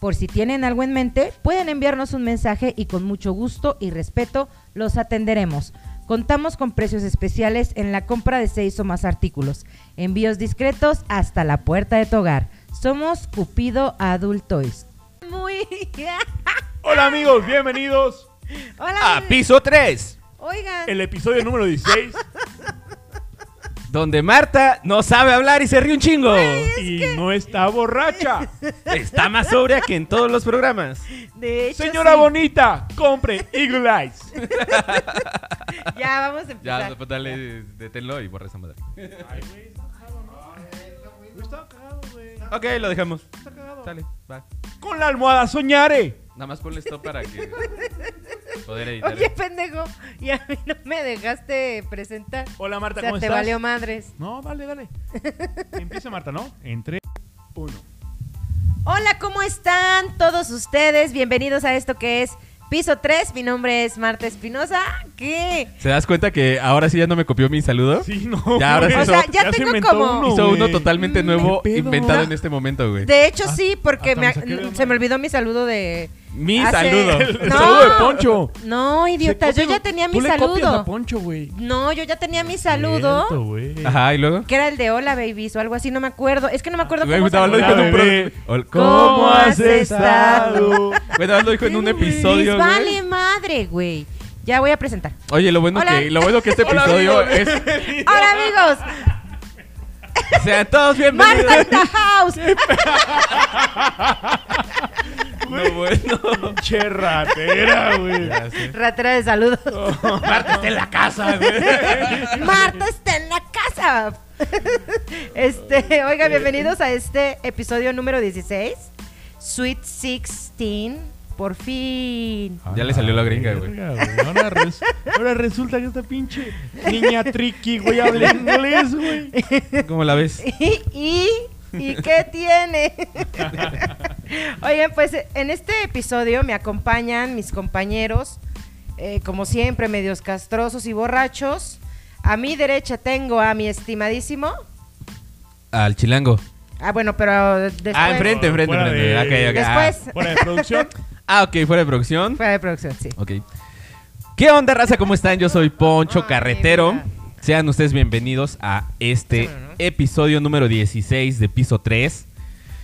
Por si tienen algo en mente, pueden enviarnos un mensaje y con mucho gusto y respeto los atenderemos. Contamos con precios especiales en la compra de seis o más artículos. Envíos discretos hasta la puerta de tu hogar. Somos Cupido Adult Toys. Muy. Hola amigos, bienvenidos Hola. a piso 3, Oigan. Ah, el episodio número 16 Ah, donde Marta no sabe hablar y se ríe un chingo. y no está borracha. Está más sobria que en todos los programas. De hecho, Señora sí. bonita, compre Eagle Eyes. Ya vamos a empezar. pues dale, deténlo y borra esa madre. Ok, lo dejamos. Dale, va. Con la almohada soñare. Nada más ponle stop para que poder editar. Oye, pendejo, y a mí no me dejaste presentar. Hola O Marta, sea, ¿cómo te estás? valió madres. No, vale, dale. Empieza Marta, ¿no? En 3, 1. Hola, ¿cómo están todos ustedes? Bienvenidos a esto que es Piso 3. Mi nombre es Marta Espinosa. ¿Qué? ¿Se das cuenta que ahora sí ya no me copió mi saludo? Sí, no. Ya, ahora güey. sí O sea, hizo- ya se tengo inventó como- Hizo uno güey. totalmente nuevo, ¿Qué pedo? inventado en este momento, güey. De hecho, Ah, sí, porque hasta me- me saqué de se onda. me olvidó mi saludo de. Mi hace- saludo. El, el No. saludo de Poncho. No, idiota, Se yo copia- ya tenía tú mi le copias a saludo. Poncho, güey. No, yo ya tenía mi saludo. Cierto, güey. Ajá, y luego. Que era el de hola, babies, o algo así, no me acuerdo. Es que no me acuerdo Güey, cómo nada más lo saludaba. dijo en un pro- Bebé. Ol- ¿Cómo has estado? Güey, nada más lo dijo en un Les episodio, güey. vale madre, güey. Ya voy a presentar. Oye, lo bueno, Hola. que, lo bueno que este Hola, episodio es. amigos. Hola, amigos. Sean todos bienvenidos. Marta in the house. No, bueno. Pinche ratera, güey. Ratera de saludos. Marta está en la casa, güey. Marta está en la casa. Este, oiga, bienvenidos a este episodio número 16. Sweet 16. Por fin. Ya le salió la gringa, güey. Verga, Ahora, res- ahora resulta que esta pinche niña tricky, güey, habla inglés, güey. ¿Cómo la ves? ¿Y, y, y qué tiene? Oigan, pues en este episodio me acompañan mis compañeros, eh, como siempre, medios castrosos y borrachos. A mi derecha tengo a mi estimadísimo. Al chilango. Ah, bueno, pero después. Ah, enfrente, enfrente, Fuera enfrente. de- Ok, ok, ah. Después. Fuera de producción. Ah, ok, fuera de producción. Fuera de producción, sí. Ok. ¿Qué onda, raza? ¿Cómo están? Yo soy Poncho Ay, Carretero. mira. Sean ustedes bienvenidos a este Échamelo, ¿no? episodio número 16 de piso 3.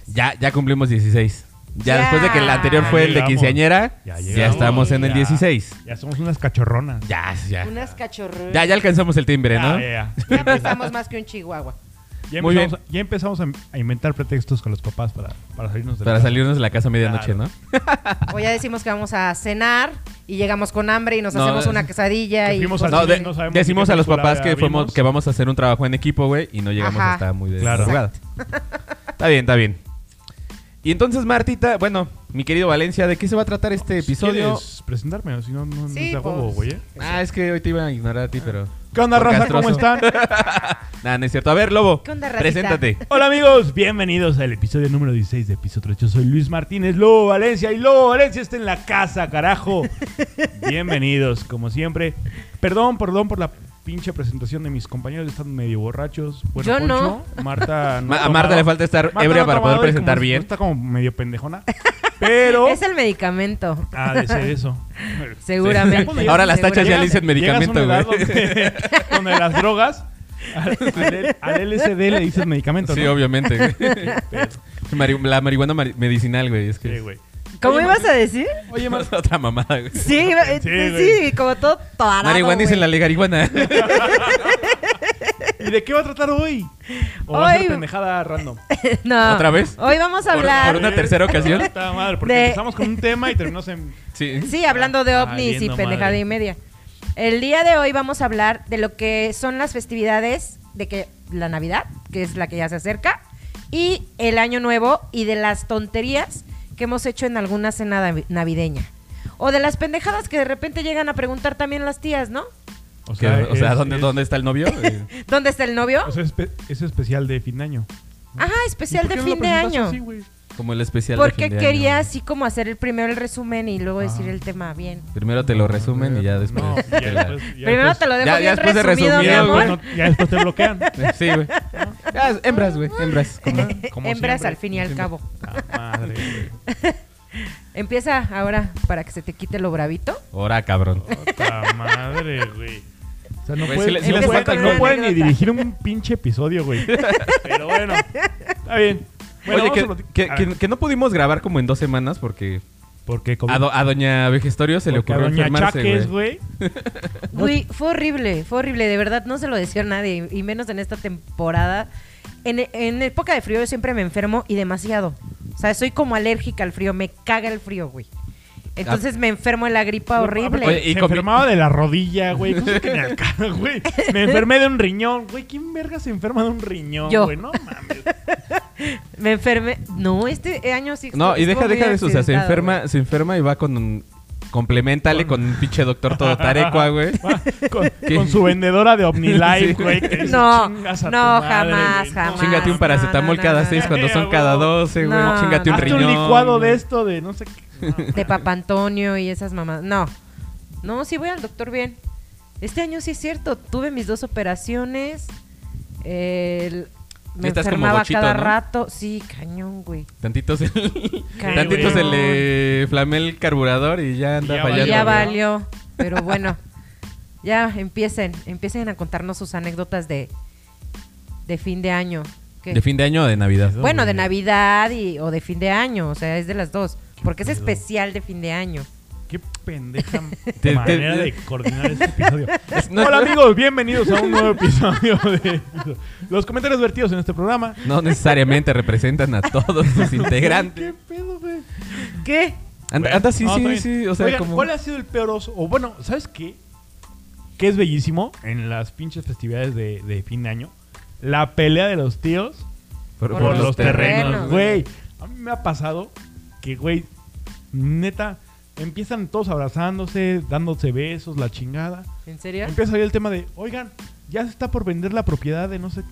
Ya, ya cumplimos 16. Ya Ya. después de que el anterior fue el de Llegamos. quinceañera, ya, Ya llegamos, estamos en el ya. 16. Ya somos unas cachorronas. Ya, ya. Unas cachorros. Ya, ya alcanzamos el timbre, ¿Eh, ¿no? Ah, ya, ya. Ya empezamos más que un chihuahua. Ya Muy empezamos, ya empezamos a, em-, a inventar pretextos con los papás para, para salirnos de la Para casa. salirnos de la casa a medianoche, Claro. ¿no? O ya decimos que vamos a cenar y llegamos con hambre y nos No, hacemos eh, una quesadilla que y. fuimos al No, cine, de- no sabemos decimos ni qué a los película papás que fuimos, vimos. que vamos a hacer un trabajo en equipo, güey, y no llegamos Ajá. hasta muy de Claro. madrugada. Está bien, está bien. Y entonces, Martita, bueno, mi querido Valencia, ¿de qué se va a tratar Pues, este episodio? ¿Quieres presentarme? O Si no, no, no Sí, es de huevo, pues. güey. ¿eh? Ah, es que hoy te iba a ignorar a ti, pero. ¿Qué onda, Por raza? ¿Cómo castroso. están? Nada, Ah, no es cierto. A ver, Lobo. ¿Qué onda, racita? Preséntate. Hola amigos, bienvenidos al episodio número 16 de Piso 3. Yo soy Luis Martínez, Lobo Valencia y Lobo Valencia está en la casa, carajo. bienvenidos, como siempre. Perdón, perdón por la pinche presentación de mis compañeros, están medio borrachos. Bueno, Yo Poncho, Marta no Ma- ha a Marta tomado. le falta estar Marta ebria no ha para tomado poder y presentar como- bien. Está como medio pendejona, pero... Es el medicamento. Ha de ser eso. Seguramente. Sí. Ahora las tachas ya Seguramente. le dicen medicamento, Llegas a güey. una edad Donde, donde las drogas... Al, al- al LSD le dices medicamento, Sí, ¿no? obviamente, güey. Mari- la marihuana mari- medicinal, güey. Es que Sí, es güey. ¿Cómo Oye, ibas a decir? Oye, Marta, otra mamada, güey. Sí, iba- eh, Sí, sí, güey. como todo tarado, Marihuana es en la güey. legarihuana. ¿Y de qué va a tratar hoy? ¿O va a ser Hoy- pendejada random? No. ¿Otra vez? Hoy vamos a Por- hablar. por una tercera ocasión. Puta madre, porque De- empezamos con un tema y terminamos en... Sí. Sí, hablando de Ah, ovnis y valiendo pendejada madre. y media. El día de hoy vamos a hablar de lo que son las festividades de que la Navidad, que es la que ya se acerca, y el Año Nuevo y de las tonterías que hemos hecho en alguna cena navi- navideña. O de las pendejadas que de repente llegan a preguntar también las tías, ¿no? O Que- O sea, es- ¿dónde, es- ¿dónde está el novio? Eh, ¿Dónde está el novio? o sea, es, pe- es especial de fin de año. Ajá, especial ¿Y por de qué no lo fin de presentaste año. así, güey? Como el especial de Porque fin de quería año. así como hacer el primero el resumen y luego decir Ah. el tema bien. Primero te lo resumen y ya después. No, te ya la- después- ya primero después- te lo dejo Ya- ya bien después de resumido, mi ya, resumido, amor. después no- ya después te bloquean. Eh, Sí, güey. Ya, hembras, güey. Hembras. como- como Hembras siempre. al fin y al Siempre. cabo. Ah, madre, güey. Empieza ahora para que se te quite lo bravito. Ahora, cabrón. Puta madre, güey. O sea, no Güey, puede, sí le- sí no les puede- falta no alguna puede ni anécdota. dirigir un pinche episodio, güey. Pero bueno, está bien. Bueno, Oye, vamos que, a platicar- que- a que- ver, que no pudimos grabar como en dos semanas porque ¿Por qué? a, do- a doña Vegestorio se le Porque a ocurrió doña enfermarse, Chaques, güey. güey. Güey, fue horrible, fue horrible. De verdad, no se lo decía a nadie, y menos en esta temporada. En, en época de frío yo siempre me enfermo y demasiado. O sea, soy como alérgica al frío, me caga el frío, güey. Entonces Ah. me enfermo de la gripa horrible. Oye, y se comi- enfermaba de la rodilla, güey. Cosas que me alcanzan, güey. Me enfermé de un riñón, güey. ¿Quién verga se enferma de un riñón, Yo. güey? No mames. Me enfermé. No, este año sí. No, y estuvo deja, muy deja de eso. O sea, se accidentado, enferma, güey. se enferma y va con un. Complementale con un pinche doctor todo tarecua, güey. Va Ah, Con, con su vendedora de OmniLife, Sí. güey. que dice, No, "Chingas a no, tu madre, jamás, güey". jamás. Chingate un no, no, paracetamol no, cada no, seis no. cuando Eh, son cada huevo. 12, güey. No, Chingate no. un Hazte riñón. un licuado güey. de esto, de no sé qué. No, De Papantonio y esas mamás. No. No, sí voy al doctor bien. Este año sí es cierto. Tuve mis dos operaciones. el- me Estás como enfermaba bochito, cada ¿no? rato. Sí, cañón, güey. Tantito se, Cañón. tantito se le flamé el carburador y ya anda Y ya Y fallando. ya güey. valió. Pero bueno. ya empiecen. Empiecen a contarnos sus anécdotas de, de fin de año. ¿Qué? De fin de año o de Navidad. bueno, de Navidad y, o de fin de año. O sea, es de las dos. Porque es pedo. especial de fin de año. Qué pendeja te- manera te- de coordinar este episodio. Es- no- Hola amigos, bienvenidos a un nuevo episodio de los comentarios vertidos en este programa. No necesariamente representan a todos sus integrantes. ¿Qué pedo, güey? ¿Qué? Anda, Bueno, anda, Ah, sí, no, está sí, bien. sí. O sea, Oigan, como. ¿cuál ha sido el peor oso? O bueno, ¿sabes qué? Que es bellísimo en las pinches festividades de, de fin de año. La pelea de los tíos Por, por, por los, los terrenos, terrenos, güey. A mí me ha pasado que, güey, neta, empiezan todos abrazándose, dándose besos, la chingada. ¿En serio? Empieza ahí el tema de, oigan, ya se está por vender la propiedad de no sé...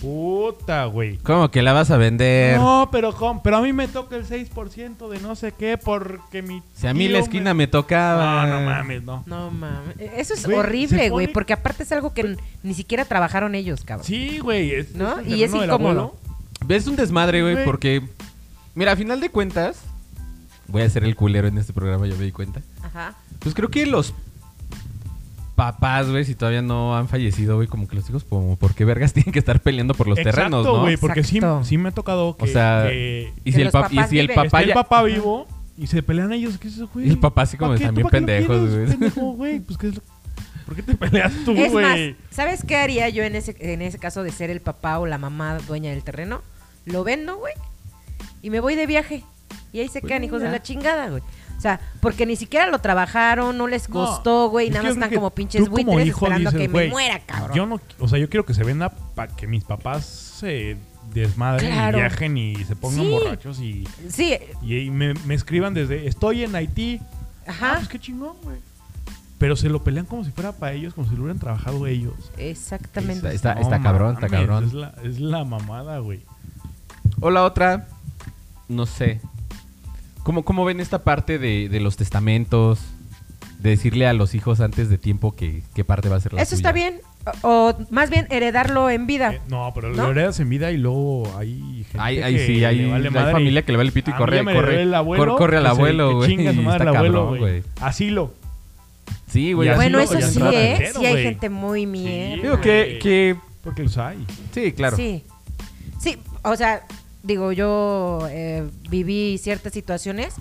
Puta, güey. ¿Cómo que la vas a vender? No, pero, com- pero a mí me toca el 6% de no sé qué porque mi... Si a mí tío la esquina me, tocaba. No, no mames, no. No mames. E-, Eso es Güey, horrible, se güey, pone- porque aparte es algo que n- ni siquiera trabajaron ellos, cabrón. Sí, güey. es- ¿No? el Y es terreno del incómodo. abuelo. Es un desmadre, güey, Güey. porque. Mira, a final de cuentas. Voy a ser el culero en este programa, yo me di cuenta. Ajá. Pues creo que los papás, güey, si todavía no han fallecido, güey, como que los hijos, como, ¿por qué vergas tienen que estar peleando por los Exacto, terrenos, no? güey, porque sí, Exacto. sí me ha tocado que... O sea, que y Que si, el los pap- y papás si el viven. está papá el ya- papá vivo y se pelean ellos. ¿Qué es eso, güey? Y el papá así como ¿Pa' qué? también ¿Tú pa' qué lo pendejos, quieres, güey? pendejo, güey? Pues, ¿qué es lo- ¿Por qué te peleas tú, es más, güey? ¿sabes qué haría yo en ese, en ese caso de ser el papá o la mamá dueña del terreno? Lo vendo, güey, y me voy de viaje. Y ahí se Pues quedan hijos de ya. la chingada, güey. O sea, porque ni siquiera lo trabajaron, no les No, costó, güey, es nada que más yo creo están que como pinches tú como buitres hijo esperando dices, que me "Güey, muera, cabrón. Yo no, qui- o sea, yo quiero que se venda para que mis papás se desmadren Claro. y viajen y se pongan Sí. borrachos y, Sí, y, y me, me escriban desde estoy en Haití. Ah, ajá. pues qué chingón, güey. Pero se lo pelean como si fuera para ellos, como si lo hubieran trabajado ellos. Exactamente. Está- está- No está cabrón, está mames, cabrón. Es la, es la mamada, güey. O la otra, no sé. ¿Cómo, cómo ven esta parte de, de los testamentos? De decirle a los hijos antes de tiempo que, qué parte va a ser la Eso está suya? bien. O, o más bien heredarlo en vida. Eh, no, pero ¿No? lo heredas en vida y luego hay gente Ahí, ahí que sí, hay, le vale hay madre. familia que le vale el pito y A mí corre, ya me heredó corre, el abuelo, cor- corre al que se- abuelo, que güey. Chinga su Está madre el cabrón, abuelo, güey. Asilo. Sí, güey. Y así Bueno, lo- eso ya sí, está ¿eh? ratero, sí hay güey. gente muy mierda. Digo que, que- Porque los hay. Sí, claro. Sí. Sí, o sea, digo, yo eh, viví ciertas situaciones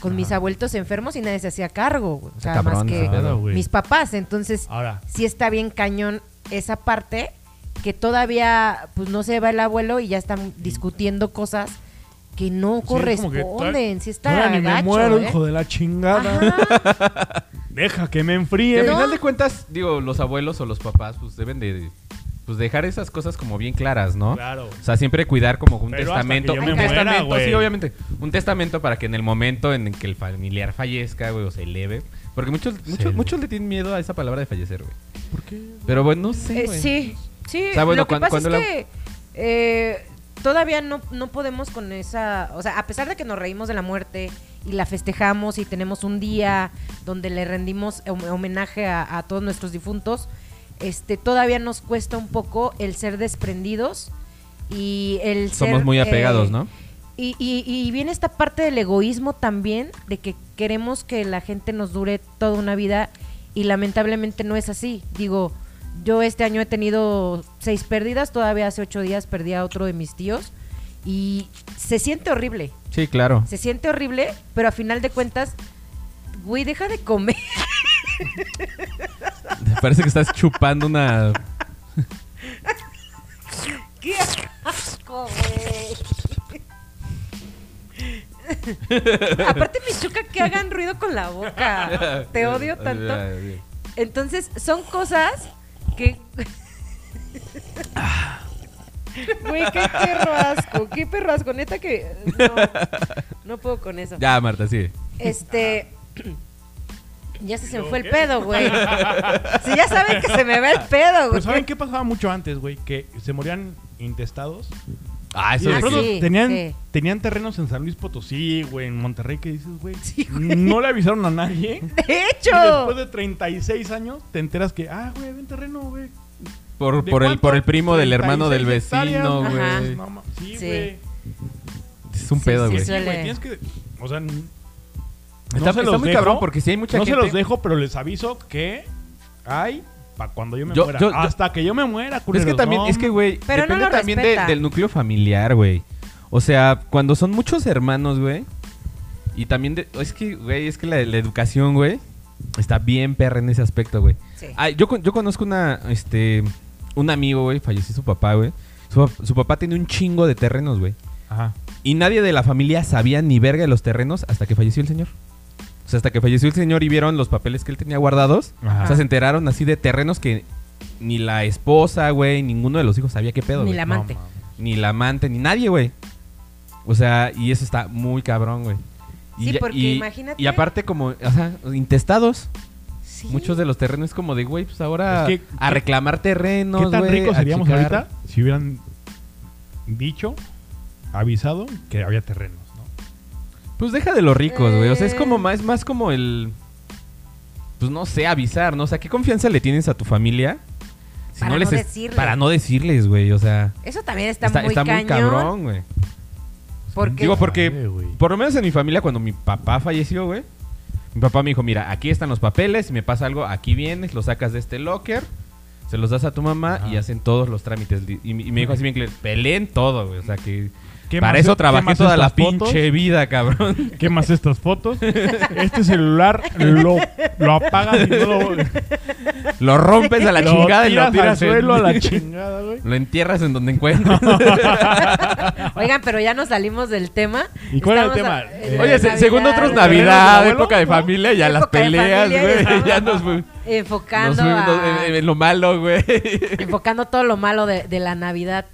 con mis abuelos enfermos y nadie se hacía cargo. güey. O Está sea, más cabrón, que está Nada, güey. Ah. mis papás. Entonces, Ahora, sí está bien cañón esa parte que todavía, pues, no se va el abuelo y ya están discutiendo cosas que no es como que corresponden. Sí está ahora ni me gacho, muero, ¿eh? hijo de la chingada. Ajá. Deja que me Y enfríe. al No. final de cuentas, digo, los abuelos o los papás, pues deben de pues dejar esas cosas como bien claras, ¿no? Claro. O sea, siempre cuidar como un Pero hasta testamento. que yo Un me muera, testamento, güey. sí, obviamente. Un testamento para que en el momento en que el familiar fallezca, güey, o se eleve. Porque muchos, muchos, eleve. muchos le tienen miedo a esa palabra de fallecer, güey. ¿Por qué? Pero bueno, no sé, Eh, güey. sí, sí. O sea, bueno, lo que cuando- pasa cuando es la- que eh, todavía no, no podemos con esa... O sea, a pesar de que nos reímos de la muerte y la festejamos y tenemos un día donde le rendimos hom- homenaje a, a todos nuestros difuntos, este, todavía nos cuesta un poco el ser desprendidos y el ser... Somos muy apegados, eh, ¿no? Y, y- y viene esta parte del egoísmo también, de que queremos que la gente nos dure toda una vida y lamentablemente no es así. Digo, yo este año he tenido seis pérdidas, todavía hace ocho días perdí a otro de mis tíos y se siente horrible, Sí, claro. se siente horrible, pero a final de cuentas, güey, deja de comer. Parece que estás chupando una. ¡Qué asco, güey! Aparte me choca que hagan ruido con la boca. Te odio tanto. Entonces, son cosas que. Güey, qué perro asco, qué perro asco. Neta que. No, no puedo con eso. Ya, Marta, sí. Este. Ya se, se me fue el pedo, güey. Si ya saben que se me va el pedo, Pero güey. ¿saben qué pasaba mucho antes, güey? Que se morían intestados. Ah, eso Y Ah, de de que- pronto sí, tenían, sí. tenían terrenos en San Luis Potosí, güey, en Monterrey, que dices, güey, Sí, güey. no le avisaron a De nadie. Y después hecho. de 36 años te enteras que, ah, güey, ven terreno, güey. por, ¿De por el, cuánto? por el primo del hermano del 36 vecino, hectáreas, Ajá. güey. No, ma- sí, Sí. güey. Es un Sí, pedo, sí, güey. Sí, Suele. güey, tienes que, o sea, n- no Está, se está los muy dejo, cabrón porque si hay mucha no gente. se los dejo, pero les aviso que hay para cuando yo me Yo- muera. yo- yo- Hasta que yo me muera, Pero es que culeros, también, no, es que, güey, Pero no depende lo también de- respeta. del núcleo familiar, güey. O sea, cuando son muchos hermanos, güey. Y también, de- es que, güey, es que la, la educación, güey, está bien perra en ese aspecto, güey. Sí. Ah, yo, con- yo conozco una, este, un amigo, güey, falleció su papá, güey. Su, pap- su papá tiene un chingo de terrenos, güey. Ajá. Y nadie de la familia sabía ni verga de los terrenos hasta que falleció el señor. O sea, hasta que falleció el señor y vieron los papeles que él tenía guardados. Ajá. O Ah. sea, se enteraron así de terrenos que ni la esposa, güey, ninguno de los hijos sabía qué pedo. Ni güey. la amante. No, mames. Ni la amante, ni nadie, güey. O sea, y eso está muy cabrón, güey. Y Sí, ya- porque y- imagínate- Y aparte, como, ajá, intestados. Sí. Muchos de los terrenos es como de, güey, pues ahora Es que- a reclamar terrenos, ¿Qué tan güey, ricos a seríamos checar. ahorita si hubieran dicho, avisado que había terrenos, ¿no? Pues deja de los ricos, güey. O sea, es Eh. como más, más como el. Pues no sé, avisar, ¿no? O sea, ¿qué confianza le tienes a tu familia? Para no es- decirle. Para no decirles, güey. O sea, Eso también está, está, está muy, cañón. cabrón, güey. Porque Digo, porque Pues, Madre, güey. por lo menos en mi familia, cuando mi papá falleció, güey, mi papá me dijo: Mira, aquí están los papeles, si me pasa algo, aquí vienes, los sacas de este locker, se los das a tu mamá Ajá. y hacen todos los trámites. Y, y me dijo así bien claro: Peleen todo, güey. O sea, que. ¿Qué Para más- eso qué trabajé más toda la estas fotos? pinche vida, cabrón. ¿Qué más estas fotos? Este celular lo, lo apagas y no lo, Lo rompes a la lo chingada y tiras al lo tiras en- suelo a la chingada, güey. Lo entierras en donde encuentras. Oigan, pero ya nos salimos del tema. ¿Y cuál era el Estamos tema? a- Eh, en Oye, se- Navidad, según otros, ¿no? Navidad, ¿Abuelo? época de ¿No? familia, ya las Época de peleas, familia, ya güey. estamos Ya nos fu- nos eh, Enfocando, fuimos a- en, en lo malo, güey. eh. enfocando todo lo malo de, de la Navidad.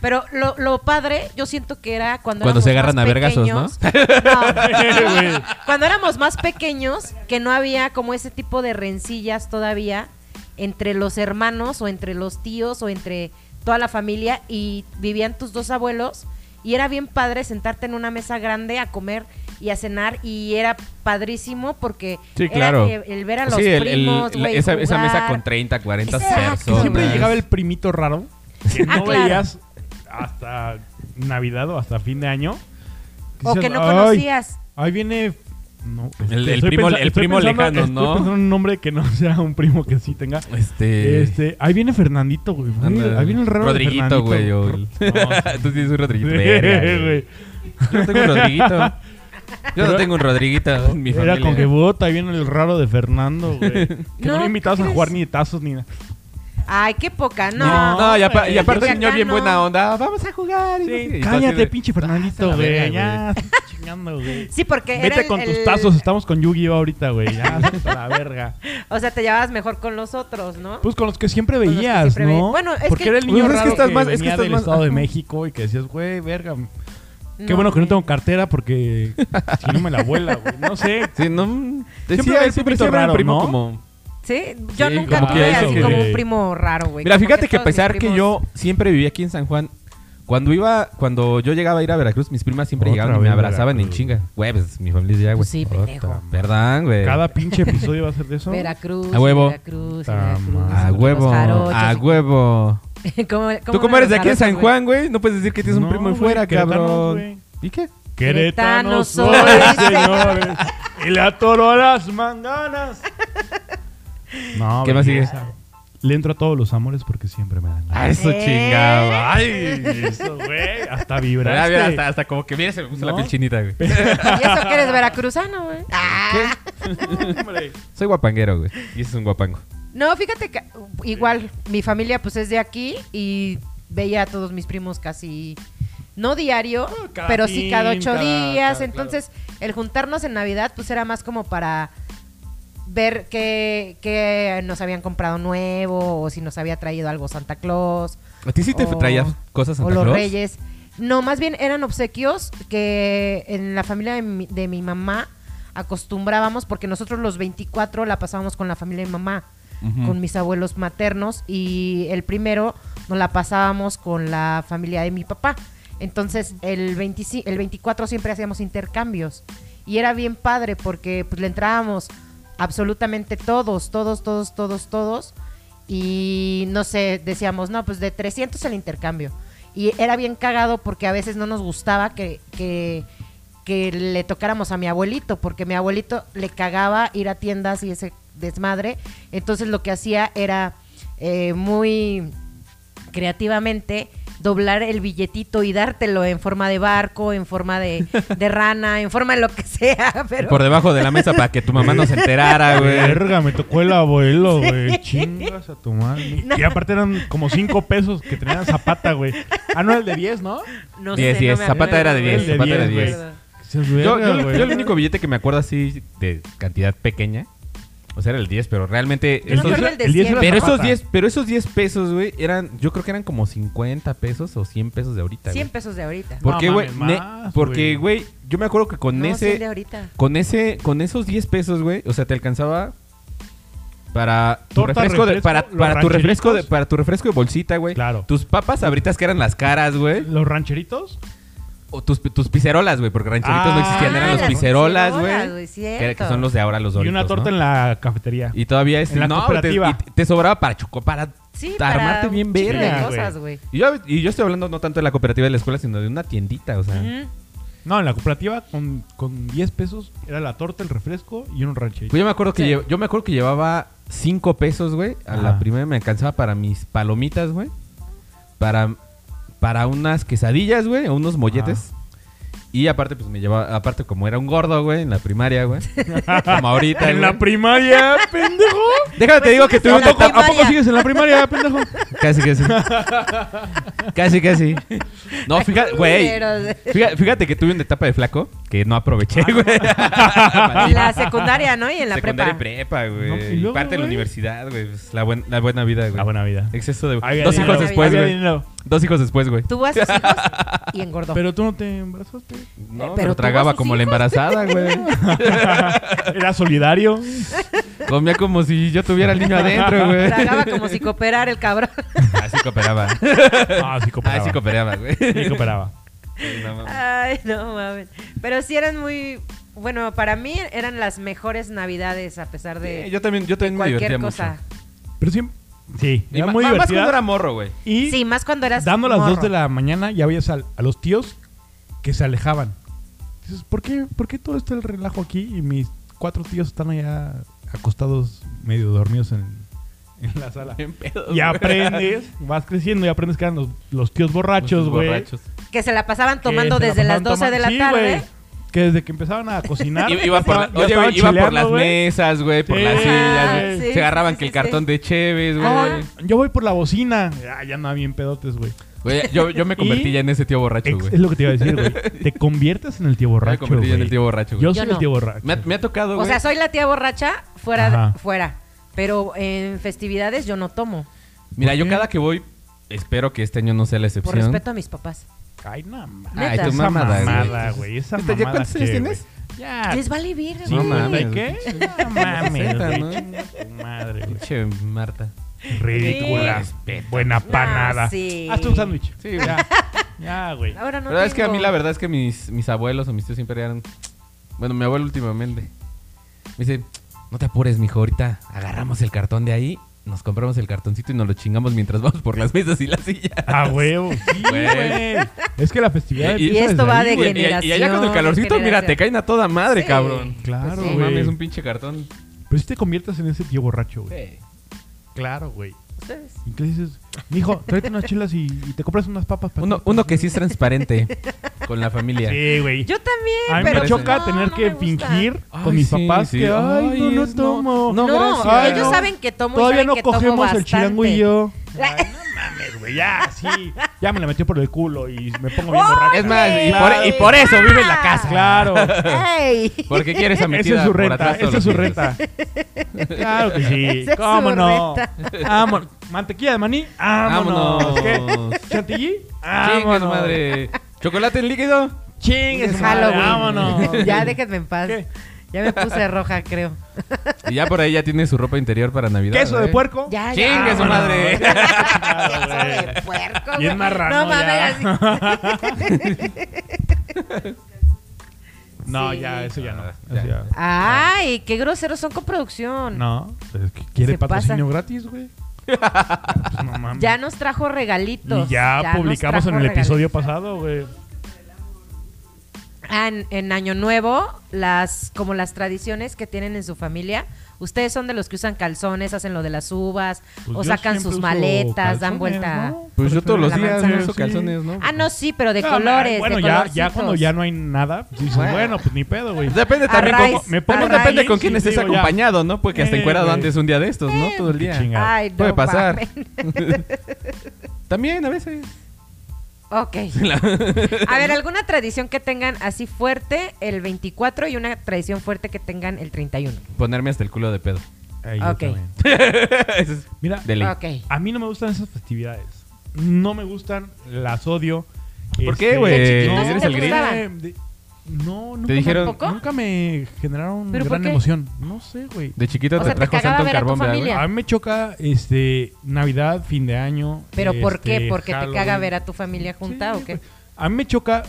Pero lo, lo padre, yo siento que era cuando Cuando éramos se agarran más a vergazos, ¿no? pequeños. Güey. No. Cuando éramos más pequeños, que no había como ese tipo de rencillas todavía entre los hermanos o entre los tíos o entre toda la familia y vivían tus dos abuelos y era bien padre sentarte en una mesa grande a comer y a cenar y era padrísimo porque Sí, era claro. el, el ver a los Sí, el- el- primos, la- güey, esa, esa mesa jugar. con 30, 40 Exacto. personas. Siempre llegaba el primito raro que no Ah, claro. veías hasta Navidad o hasta fin de año. O dices, que no "Ay, conocías. Ahí viene. No, El- este, el estoy primo- pensa- el estoy primo pensando- lejano, estoy ¿no? pensando en un nombre que no sea un primo que sí tenga. Este. Este, ahí viene Fernandito, güey. Ahí viene- anda, Ahí viene el raro. de Rodriguito, Fernandito. güey. o el- No, Tú tienes un Rodriguito. Verga, sí, güey. güey. Yo no tengo un Rodriguito. Yo no tengo un Rodriguito en mi familia. Era con que bota, ahí viene el raro de Fernando, güey. Que no, No, le invitados ¿qué a crees? jugar ni de tazos ni nada. Ay, qué poca, no. No, No, y, apa- güey, y aparte yo- el señor acá bien no. buena onda. Vamos a jugar. y no sé qué. Y tú así Cállate, de- pinche Fernandito, la verga, güey. güey. Ya, chingando, güey. Sí, porque era Vete el- con tus el- tazos, estamos con Yu-Gi-Oh ahorita, güey. Ya, hasta la verga. O sea, te llevabas mejor con los otros, ¿no? Pues con los que siempre los que veías, siempre ¿no? ve- bueno, es Porque que- era el Pues niño es que raro que, estás más, más- venía es que estás del más- Estado de ajá. México y que decías, güey, verga, qué No, bueno que güey. no tengo cartera porque si no me la vuela, güey. No sé. Sí, no. había Decía, el siempre pipito siempre raro, el primo ¿no? como. Sí, yo Sí, nunca como que tuve eso, así como güey. un primo raro, güey. Mira, Como fíjate que a todos mis pesar que primos- yo siempre viví aquí en San Juan, cuando iba, cuando yo llegaba a ir a Veracruz, mis primas siempre Otra llegaban y me vez abrazaban en Veracruz. chinga. Güey, pues mi familia es ya, güey. Pues sí, pendejo. Perdón, güey. Cada pinche episodio va a ser de eso. Veracruz, A huevo. Ah, Veracruz, Ta Veracruz. madre. A los huevo. jarochos. A huevo. ¿Cómo- Tú cómo eran como eres de los aquí en San jarochos, güey? Juan, güey, no puedes decir que tienes un No, primo en güey, fuera, queretano, cabrón. güey. ¿Y qué? Querétano Querétano soy, soy, señores. Y le atoró las manganas. No, ¿Qué más sigue? belleza. Le entro a todos los amores porque siempre me dan Ah, ganas. eso ¿Eh? chingado. Ay. Eso, güey. Hasta Mira, vibraste. mira, hasta, hasta como que mira, se me puso la ¿No? piel chinita, güey. Y eso que eres veracruzano, güey. Ah. Hombre. Soy guapanguero, güey. Y ese es un guapango. No, fíjate que uh, igual mi familia pues es de aquí y veía a todos mis primos casi no diario, Ah, cada pero sí cada fin, ocho cada- días. cada- Entonces el juntarnos en Navidad pues era más como para ver qué, qué nos habían comprado nuevo o si nos había traído algo Santa Claus ¿A ti sí te O- traías cosas Santa o los Claus? Reyes. No, más bien eran obsequios que en la familia de mi, de mi mamá acostumbrábamos porque nosotros los 24 la pasábamos con la familia de mi mamá Ujú. con mis abuelos maternos y el primero nos la pasábamos con la familia de mi papá. Entonces el, 25, el 24 siempre hacíamos intercambios y era bien padre porque pues le entrábamos absolutamente todos, todos, todos, todos, todos y no sé, decíamos, no, pues de 300 el intercambio. Y era bien cagado porque a veces no nos gustaba que, que, que le tocáramos a mi abuelito, porque mi abuelito le cagaba ir a tiendas y ese desmadre. Entonces lo que hacía era eh, muy creativamente doblar el billetito y dártelo en forma de barco, en forma de, de rana, en forma de lo que sea. Pero Por debajo de la mesa para que tu mamá no se enterara, güey. Verga, me tocó el abuelo, güey. Chingas a tu madre. No. Y aparte eran como 5 pesos que tenían Zapata, güey. Ah, no, el de 10, ¿no? no Diez, sé, no diez. me Zapata acuerdo, era de güey. diez, El de Zapata era de me 10. acuerdo. Seas Yo, verga, yo- güey. yo el único billete que me acuerdo así de cantidad pequeña, o sea, era el 10, pero realmente... Yo me esos- acuerdo el de el 10 cien. era pero esos Zapata. 10, pero esos 10 pesos, güey, eran, yo creo que eran como 50 pesos o 100 pesos de ahorita. 100 100 pesos de ahorita. No ¿Por qué, güey? mames, Ne- más, Porque, güey. güey, yo me acuerdo que con No, 100 de ese, ahorita. con ese, con esos 10 pesos, güey, o sea, te alcanzaba para tu Torta, refresco, de, refresco, para, los para tu refresco de, rancheritos. para tu refresco de bolsita, güey. Claro. Tus papas abritas que eran las caras, güey. ¿Los rancheritos? O tus, tus pizzerolas, güey, porque rancheritos Ah, no existían, eran Ah, los las pizzerolas, pizzerolas, güey. güey, Que, que cierto. son los de ahora, los Y doritos, una torta ¿no? en la cafetería. Y todavía este, en la no, te- cooperativa. y te, te sobraba para choco, para Sí, armarte para bien un chingo de verga, cosas, güey. Y yo, y yo estoy hablando no tanto de la cooperativa de la escuela, sino de una tiendita, o sea. Ujú. No, en la cooperativa con, con 10 pesos era la torta, el refresco y un rancherito. Pues yo me acuerdo que Sí. lle- yo me acuerdo que llevaba 5 pesos, güey. A la Ajá. primera me alcanzaba para mis palomitas, güey. Para, para unas quesadillas, güey, o unos molletes. Y aparte, pues me llevaba, aparte como era un gordo, güey, en la primaria, güey. como ahorita, en güey. la primaria, pendejo. Déjame Pues te digo que tuve en un la poco- ¿A poco Primaria. sigues en la primaria, pendejo? Casi, casi. casi, casi. No, fíjate, güey. culeros. Fíjate, fíjate que tuve una etapa de flaco que no aproveché, güey. En la secundaria, ¿no? Y en Ah, la Ah, Secundaria prepa. y prepa, güey. No, y y luego, parte de la güey. universidad, güey. Pues, la, buen- la buena vida, güey. La buena vida. Exceso de... Había Dos dinero, hijos después, había güey. dinero. Dos hijos después, güey. Tuvo a sus hijos y engordó. Pero tú no te embarazaste. No, pero pero, tuvo tragaba sus como la hijos. embarazada, güey. Era solidario. Comía como si yo tuviera el niño adentro, güey. Tragaba como si cooperara el cabrón. Así cooperaba. Ah, sí cooperaba. Así cooperaba, güey. Sí cooperaba. No mames. Ay, no mames. Pero sí eran muy. Bueno, para mí eran las mejores navidades, a pesar de Sí, yo también, yo también me cualquier divertía cosa. mucho. Pero sí, sí, Y era ma- muy ma- Más cuando divertida. era morro, güey. Y Sí, más cuando eras. dando las morro. 2 de la mañana ya veías al- a, los tíos que se alejaban. Dices, ¿por qué, ¿por qué todo este relajo aquí y mis cuatro tíos están allá acostados medio dormidos en, en la sala? Bien pedos, Y güey. aprendes, vas creciendo y aprendes que eran los, los tíos borrachos, güey. Borrachos. Que se la pasaban que tomando se la desde las pasaban 12 de la tomando- Sí, tarde güey. que desde que empezaban a cocinar. I- Iba por, la- ya oye, estaban güey, iba por chileando, las güey. mesas, güey, por Sí. las sillas, güey. Ah, sí, Se agarraban sí, que el sí, cartón de Cheves, Ajá. güey. Yo voy por la bocina. Ah, ya no bien pedotes, güey. Güey, Yo, yo me convertí Y- ya en ese tío borracho, Ex- güey. Es lo que te iba a decir, güey. Te conviertes en el tío Me borracho. convertí ya en el güey. tío borracho, güey. Yo soy Yo no. el tío borracho. Me, ha- me ha tocado, O güey. sea, soy la tía borracha fuera, Ajá. fuera. Pero en festividades yo no tomo. Mira, yo qué? cada que voy, espero que este año no sea la Por excepción. respeto a mis papás. Ay, no, ma- Neta. Ay, tu Esa mamada, mamada, güey. güey. Esa ¿Neta, mamada. ya cuántos años qué, tienes? güey? Ya. Les vale vir. Sí, Ah. No mames, ¿de qué? No Pues, mames, güey. ¿no? Chinga tu madre, güey. Pinche Marta. Ridícula. Sí. Buena panada. sí. Hazte un sándwich. Sí, güey. ya. Ya, güey. Ahora no La verdad es que a tengo. mí la verdad es que mis, mis abuelos o mis tíos siempre eran... Bueno, mi abuelo últimamente. Me dice, no te apures, mijo, ahorita agarramos el cartón de ahí, nos compramos el cartoncito y nos lo chingamos mientras vamos por las mesas y las sillas. A huevo. Sí, Güey. güey. Es que la festividad Y- y empieza esto desde va ahí, de güey. Y, y allá con el Generación, calorcito, mira, te generación. caen a toda madre, Sí. cabrón. Claro, Sí. No güey. pues mames, un pinche cartón. Pero si te conviertes en ese tío borracho, güey. Sí. Claro, güey. Ustedes. Y que le dices, mijo, tráete unas chelas y, y te compras unas papas para Uno, ti". uno que sí es transparente con la familia. Sí, güey. Yo también, A mí pero me pues choca no, tener no que me gusta. fingir Ay, con mis sí, papás sí. que, ay, Ay, no, no es- no, tomo. no, No, gracias. Ay, ellos no. saben que tomo y Todavía saben no que tomo cogemos el bastante. chilango y yo. Ay, no mames, güey, ya, sí. Ya me la metió por el culo y me pongo bien ¡Oh! borracho. Es más, y por, e- y Claro. por eso vive en la casa. Claro. ¡Ey! Porque quieres a Esa es su renta, esa es su renta. Claro que sí. Esa es ¿Cómo su no? reta. Vámonos. Mantequilla de maní, vámonos. Vámonos. ¿Qué? ¿Chantilly? Chingas, Vámonos. madre. ¿Chocolate en líquido? Chingues, Es madre, Halloween. vámonos. Ya déjenme en paz. ¿Qué? Ya me puse roja, creo. Y ya por ahí ya tiene su ropa interior para Navidad. Queso de ¿eh? puerco. Ya, ya. Chingue su madre. Queso de puerco, güey. Bien marrano No mames, ya. así. No, Sí. ya, eso ya no. Ah, Eso ya. ya. Ay, qué groseros son con producción. No, pues es que quiere Se patrocinio gratis, güey. Pues no mames. Ya nos trajo regalitos. y ya, nos publicamos en trajo el regalitos. episodio pasado, güey. Ah, en, en Año Nuevo, las como las tradiciones que tienen en su familia. Ustedes son de los que usan calzones, hacen lo de las uvas, Pues o yo sacan siempre sus uso maletas, dan calzones, vuelta. ¿no? Pues yo todos los La días manzana, uso sí. calzones, ¿no? Ah, no, sí, pero de No, colores. de Bueno, ya, ya colorcitos. cuando ya no hay nada, dices, Bueno. bueno, pues ni pedo, güey. Depende A también raíz, cómo- me a pongo raíz, Depende con quién sí, estés digo, ya. acompañado, ¿no? Porque hasta Eh, encuerado güey. antes un día de estos, ¿no? Todo el Qué día. chingado. Ay, no, Puede pasar. mames. También a veces. Ok. A ver, alguna tradición que tengan así fuerte el 24 y una tradición fuerte que tengan el 31. Ponerme hasta el culo de pedo. Ahí yo Ok. también. Eso es Mira, de ley. Ok. a mí no me gustan esas festividades. No me gustan, las odio. Este, ¿Por qué, güey? ¿De chiquito no, sí ¿Eres te el gris? gustaban? Eh, de- no, nunca, ¿Te dijeron? me, nunca me generaron ¿Pero por gran qué? emoción. No sé, güey. De chiquito O te sea, te trajo cagaba santo ver a tu carbón, ¿verdad, güey? familia. A mí me choca este Navidad, fin de año. ¿Pero por este, qué? ¿Porque Halloween. te caga ver a tu familia junta Sí, o qué? güey. A mí me choca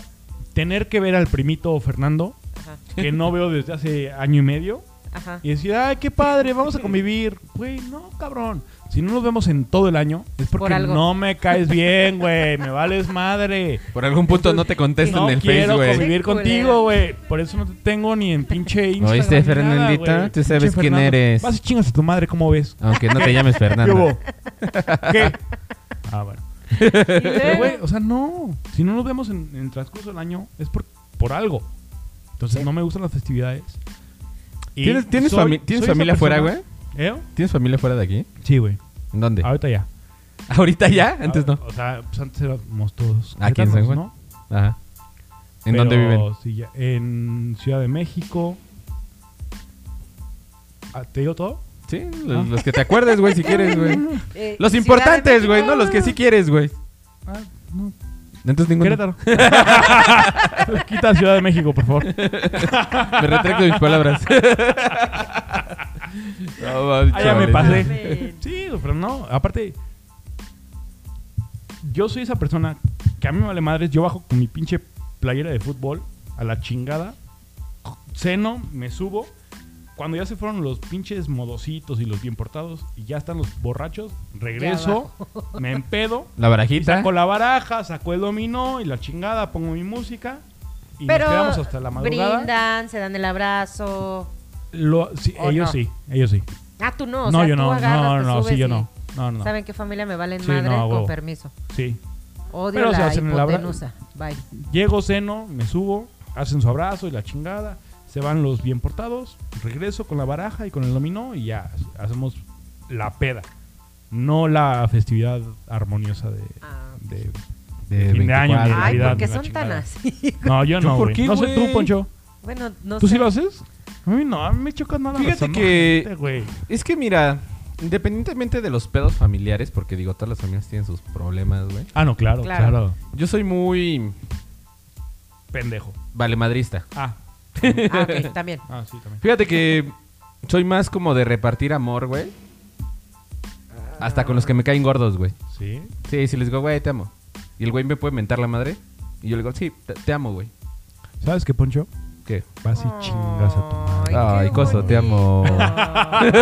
tener que ver al primito Fernando, Ajá. que no veo desde hace año y medio, Ajá. y decir, ay, qué padre, vamos a convivir. Güey, no, cabrón. Si no nos vemos en todo el año, es Por porque algo. no me caes bien, güey. Me vales madre. Por algún punto no te contesto No en el Face, quiero güey. convivir Qué culera. contigo, güey. Por eso no te tengo ni en pinche Instagram. ¿Oíste, ni nada, Fernandita? güey. Tú sabes Pinche quién Fernando. eres. Vas y chingas a tu madre, ¿cómo ves? Aunque no te llames ¿Qué Fernando. hubo? ¿Qué? Ah, bueno. Pero, güey, o sea, no. Si no nos vemos en, en el transcurso del año, es por, por algo. Entonces, no me gustan las festividades. Y ¿Tienes, tienes, soy- fami- ¿tienes soy esa familia fuera, persona- güey? ¿Eh? ¿Tienes familia fuera de aquí? Sí, güey. ¿En dónde? Ahorita ya. Ah. ¿Ahorita ya? Antes no. O sea, pues antes éramos todos. Aquí en queretanos, San Juan. ¿no? Ajá. ¿En Pero dónde viven? sí, ya- en Ciudad de México. Ah, ¿Te digo todo? Sí, los, los que te acuerdes, güey, si quieres, güey. Eh, Ciudad Los de importantes, México. güey, no los que sí quieres, güey. Ah, no. Entonces Querétaro. ninguno. Quita Ciudad de México, por favor. Me retracto de mis palabras. No, mames, Ah, ya me chavales. pasé. Sí, güey, pero no. Aparte, yo soy esa persona que a mí me vale madres. Yo bajo con mi pinche playera de fútbol a la chingada. Ceno, me subo. Cuando ya se fueron los pinches modositos y los bien portados y ya están los borrachos, regreso, me empedo. La Y barajita. saco la baraja, saco el dominó y la chingada, pongo mi música y Pero nos quedamos hasta la madrugada. brindan, se dan el abrazo. Lo- sí, ¿O ellos no? sí, ellos sí. Ah, tú no. O no, sea, yo tú no, agarras, no, te no, sí, subes yo y- no. No, no, ¿Saben qué familia me valen Sí, madre? no, a Con huevo. permiso. sí. Odio Pero se la hacen el abra- hipotenusa. Bye. Llego, ceno, me subo, hacen su abrazo y la chingada, se van los bien portados, regreso con la baraja y con el dominó y ya hacemos la peda. No la festividad armoniosa de, Ah. de, De fin de año, ni de 24. Ay, Navidad, ¿por qué ni la son tan chingada. así? No, yo ¿Yo no, por güey. qué, No sé tú, güey? Poncho. bueno, no ¿Tú sé. sí lo haces? A mí no, a mí me choca nada. Fíjate razón, que- gente, güey. Es que mira, independientemente de los pedos familiares, porque digo, todas las familias tienen sus problemas, güey. Ah, no, claro, claro. Claro. Yo soy muy Pendejo. valemadrista. Ah, Ah, ok, también. ah, sí, también. Fíjate que soy más como de repartir amor, güey. Hasta con los que me caen gordos, güey. Sí. Sí, si les digo, güey, te amo. Y el güey me puede mentar la madre. Y yo le digo, sí, te, te amo, güey. ¿Sabes qué, Poncho? ¿Qué? Vas y chingas a tu madre. Ay, qué Ay, coso, te amo. bonito.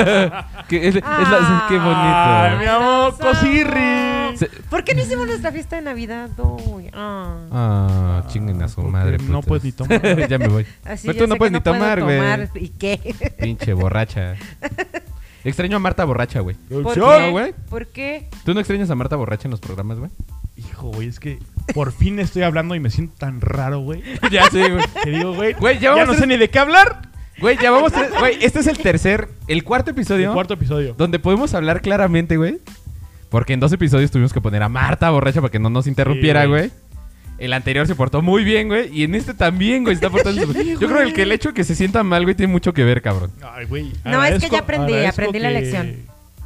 ¿Qué, es, es la- qué bonito. Ay, mi amor, Los amo. cosirri. Se- ¿Por qué no hicimos nuestra fiesta de Navidad hoy? Ah. Ah, chinguen a su porque madre. no putas. puedes ni tomar. ya me voy. Así Pero ya tú no sé puedes que ni puedo tomar, güey. tomar, ¿Y qué? Pinche borracha. Extraño a Marta borracha, güey. ¿Por Producción. No, güey. qué? ¿Por qué? ¿Tú no extrañas a Marta borracha en los programas, güey? Hijo, güey, es que por fin estoy hablando y me siento tan raro, güey. ya sé, güey. Te digo, güey. Güey, ya ya vamos no a- sé ni de qué hablar. Güey, ya vamos. tres- Güey, este es el tercer, el cuarto episodio. El cuarto episodio. Donde podemos hablar claramente, güey. Porque en dos episodios tuvimos que poner a Marta borracha para que no nos interrumpiera, Sí, güey. güey. El anterior se portó muy bien, güey. Y en este también, güey, se está portando. súper- Yo creo que el, que el hecho de que se sienta mal, güey, tiene mucho que ver, cabrón. Ay, güey. No, es que ya aprendí, agradezco aprendí la que- lección.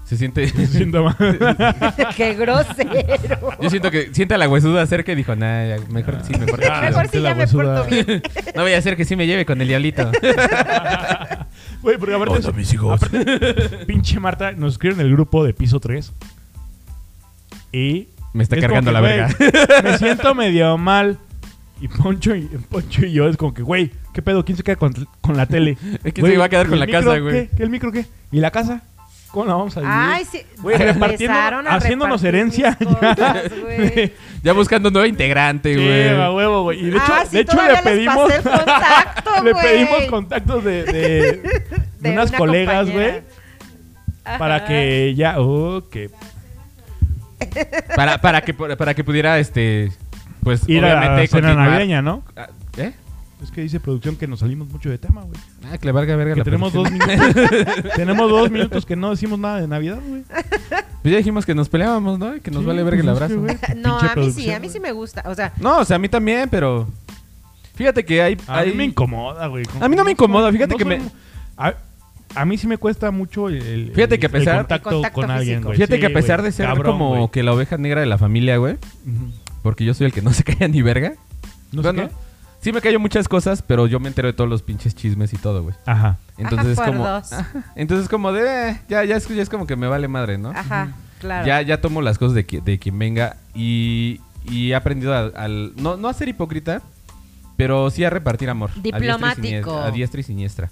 Se siente. Me siento mal. ¡Qué grosero! Yo siento que siente a la huesuda cerca y dijo, nah, ya, mejor sí, mejor. Ah, chido". Mejor sí, si la ya me porto huesuda. bien. No voy a hacer que sí me lleve con el diablito. Güey, porque aparte. Hola, mis hijos. aparte, pinche Marta, nos escribieron en el grupo de piso 3. Y. Me está es cargando como que, la güey, Me siento medio mal. Y Poncho y, Poncho y yo es como que, güey, ¿qué pedo? ¿Quién se queda con, con la tele? ¿Quién se Güey, va a quedar con ¿el la micro casa, qué? güey? ¿El micro qué? ¿Y la casa? ¿Cómo la vamos a dividir? Ay, sí. Güey, repartiendo- Empezaron a haciéndonos repartir herencia mis ya. cosas, güey. ya buscando un nuevo integrante, Sí, güey. a huevo, güey. Y de hecho, Ah, sí, de hecho le todavía les pedimos. pasé el contacto, le güey. pedimos contactos de, de- de De unas una colegas, güey. compañera. Para Ajá. que ya. Oh, que. para, para, que, para que pudiera, este, pues, Ir a la obviamente, cena continuar. navideña, ¿no? Ah, ¿Eh? Es que dice producción que nos salimos mucho de tema, güey. Ah, que le valga verga Que la tenemos dos producción. minutos. tenemos dos minutos que no decimos nada de Navidad, güey. Pues ya dijimos que nos peleábamos, ¿no? Y que nos Sí, vale verga el pues es abrazo. que, güey, No, a pinche mí sí, producción, a mí sí güey. Ah, me gusta. O sea, No, o sea, a mí también, pero... Fíjate que hay... A mí hay- me incomoda, güey. A mí no me incomoda, fíjate que soy- me- A, a mí sí me cuesta mucho el, el- Fíjate que a el pesar- contacto, El contacto con alguien, físico. güey. Fíjate Sí, que a pesar güey, de ser cabrón, como güey. que la oveja negra de la familia, güey, Ujú. porque yo soy el que no se calla ni verga. No sé Bueno, qué. sí me callo muchas cosas, pero yo me entero de todos los pinches chismes y todo, güey. Ajá. Entonces Ajá, como cuerdos. Ajá. entonces como de eh, ya ya es, ya es como que me vale madre, ¿no? ajá, claro. Ya ya tomo las cosas de, qui- de quien venga y, y he aprendido al, al- no no a ser hipócrita, pero sí a repartir amor. a diestra y Diplomático. siniestra- A diestra y siniestra.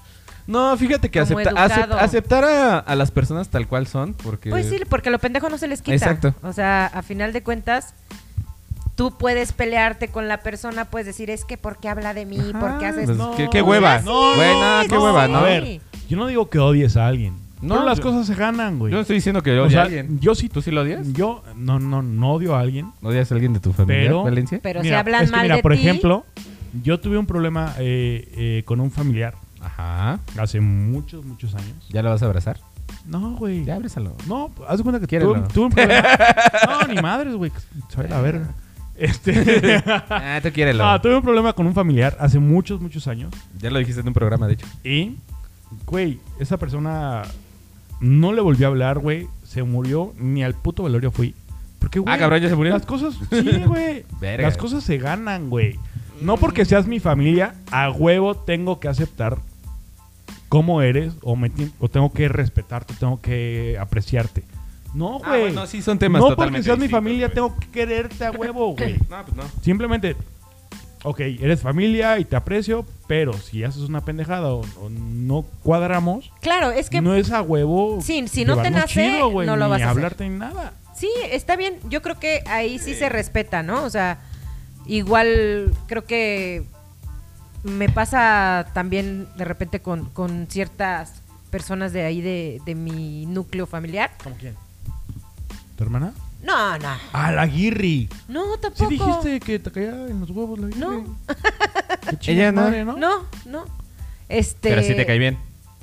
No, fíjate que Como acepta- acep- educado. aceptar a, a las personas tal cual son, porque Pues sí, porque lo pendejo no se les quita. Exacto. O sea, a final de cuentas, tú puedes pelearte con la persona, puedes decir, es que ¿por qué habla de mí? ¿Por qué Ajá, haces pues, no? qué- qué hueva. No, Güey, no, qué no. hueva, A ¿no? ver, yo no digo que odies a alguien. No, pero las yo- cosas se ganan, güey. Yo no estoy diciendo que yo O odie sea, a alguien. yo sí- ¿Tú sí lo odias? Yo no, no, no odio a alguien. ¿Odias a alguien de tu familia, Pero- Valencia? Pero si Mira, hablan es que mal mira, de por ti, ejemplo, yo tuve un problema eh, eh, con un familiar Ajá. hace muchos, muchos años. ¿Ya lo vas a abrazar? No, güey. Ya abrázalo. No, haz de cuenta que Quiérelo. tuve, tuve un problema. no, ni madres, güey. Soy la verga. Este, Ah, tú quiérelo. no, tuve un problema con un familiar hace muchos, muchos años. Ya lo dijiste en un programa, de hecho. Y, güey, esa persona no le volvió a hablar, güey. Se murió, ni al puto velorio fui. Porque, güey. Ah, cabrón, ya se murió. Las cosas, sí, güey. Verga. Las cosas se ganan, güey. No porque seas mi familia, a huevo tengo que aceptar cómo eres o, me ti- o tengo que respetarte, tengo que apreciarte. No, Ah, güey. bueno, sí, son temas No porque totalmente seas mi distintos, familia, güey. tengo que quererte a huevo, güey. No, pues no. Simplemente, ok, eres familia y te aprecio, pero si haces una pendejada o, o no cuadramos, claro, es que no es a huevo. Sí, si no te llevarnos nace, güey, no lo ni vas a hacer. hablarte ni nada. sí, está bien. Yo creo que ahí sí se respeta, ¿no? O sea, igual creo que me pasa también de repente con, con ciertas personas de ahí de, de mi núcleo familiar. ¿Cómo quién? ¿Tu hermana? No, no. Ah, la Guirri. No, Sí tampoco. dijiste que te caía en los huevos la Guirri. No. Ella no. madre, No, no. Este. Pero sí te cae bien.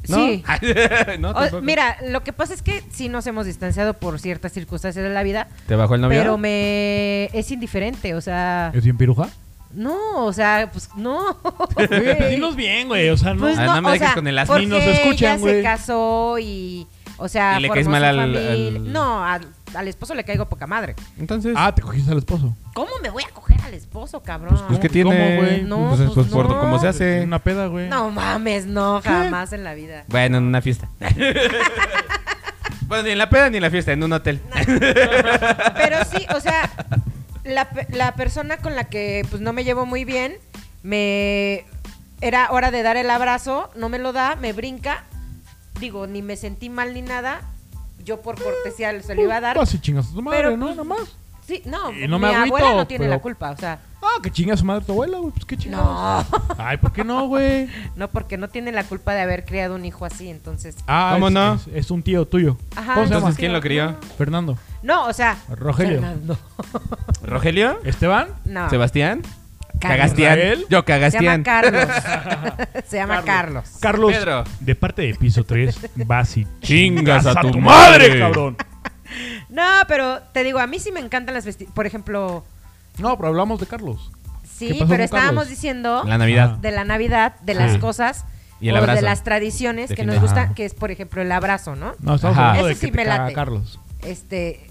¿No? Sí. no, O- tampoco. mira, lo que pasa es que sí nos hemos distanciado por ciertas circunstancias de la vida, ¿Te bajó el novio? pero me es indiferente, o sea, ¿Es bien piruja? no, o sea, pues no. Pues dinos bien, güey. O sea, no. Pues Ah, no me o dejes sea, con el asno. porque Ni nos escuchan, ella güey. se casó y, o sea, Y le formó caes su mal al- familia. al- No, al, al esposo le caigo poca madre. Entonces. Ah, te cogiste al esposo. ¿Cómo me voy a coger al esposo, cabrón? pues, ¿qué ¿cómo, tiene? güey? No, pues, pues, pues, por no. cómo se hace. Una peda, güey. No mames, no, jamás en la vida. Bueno, en una fiesta. bueno, ni en la peda ni en la fiesta, en un hotel. Pero sí, o sea, la, pe- la persona con la que pues no me llevo muy bien, me era hora de dar el abrazo, no me lo da, me brinca, digo, ni me sentí mal ni nada, yo por cortesía se lo iba a dar. Uh, Vas y chingas a tu madre, Pero, ¿no? pues, Nada más. Sí, no, Y no mi me agüito, abuela no tiene pero- la culpa, o sea, Ah, que chingas a su madre tu abuela, güey. Pues qué chingados. no, Ay, ¿por qué no, güey? no porque no tiene la culpa de haber criado un hijo así, entonces. Ah, ¿Cómo es, no? Es, es un tío tuyo. Ajá, ¿Cómo se llama? Entonces, ¿quién lo crió? Fernando. No, o sea, Rogelio. Fernando. ¿Rogelio? ¿Esteban? No. ¿Sebastián? Carlos. ¿Cagastián? ¿Israel? Yo, Ah. Se llama Cagastián. Carlos. se llama Carlos. Carlos, Pedro. de parte de piso 3, vas y Chingas a tu madre. cabrón. No, pero te digo, a mí sí me encantan las vestidas. Por ejemplo, No, pero hablamos de Carlos. ¿Qué sí, pasó con pero estábamos Carlos? diciendo La Navidad. de la Navidad, de las Sí. cosas Y el o abrazo. de las tradiciones De que fin nos de- gustan, Ajá. que es, por ejemplo, el abrazo, ¿no? No, estamos Ajá. hablando de Ese que sí te me caga late. Carlos. Este.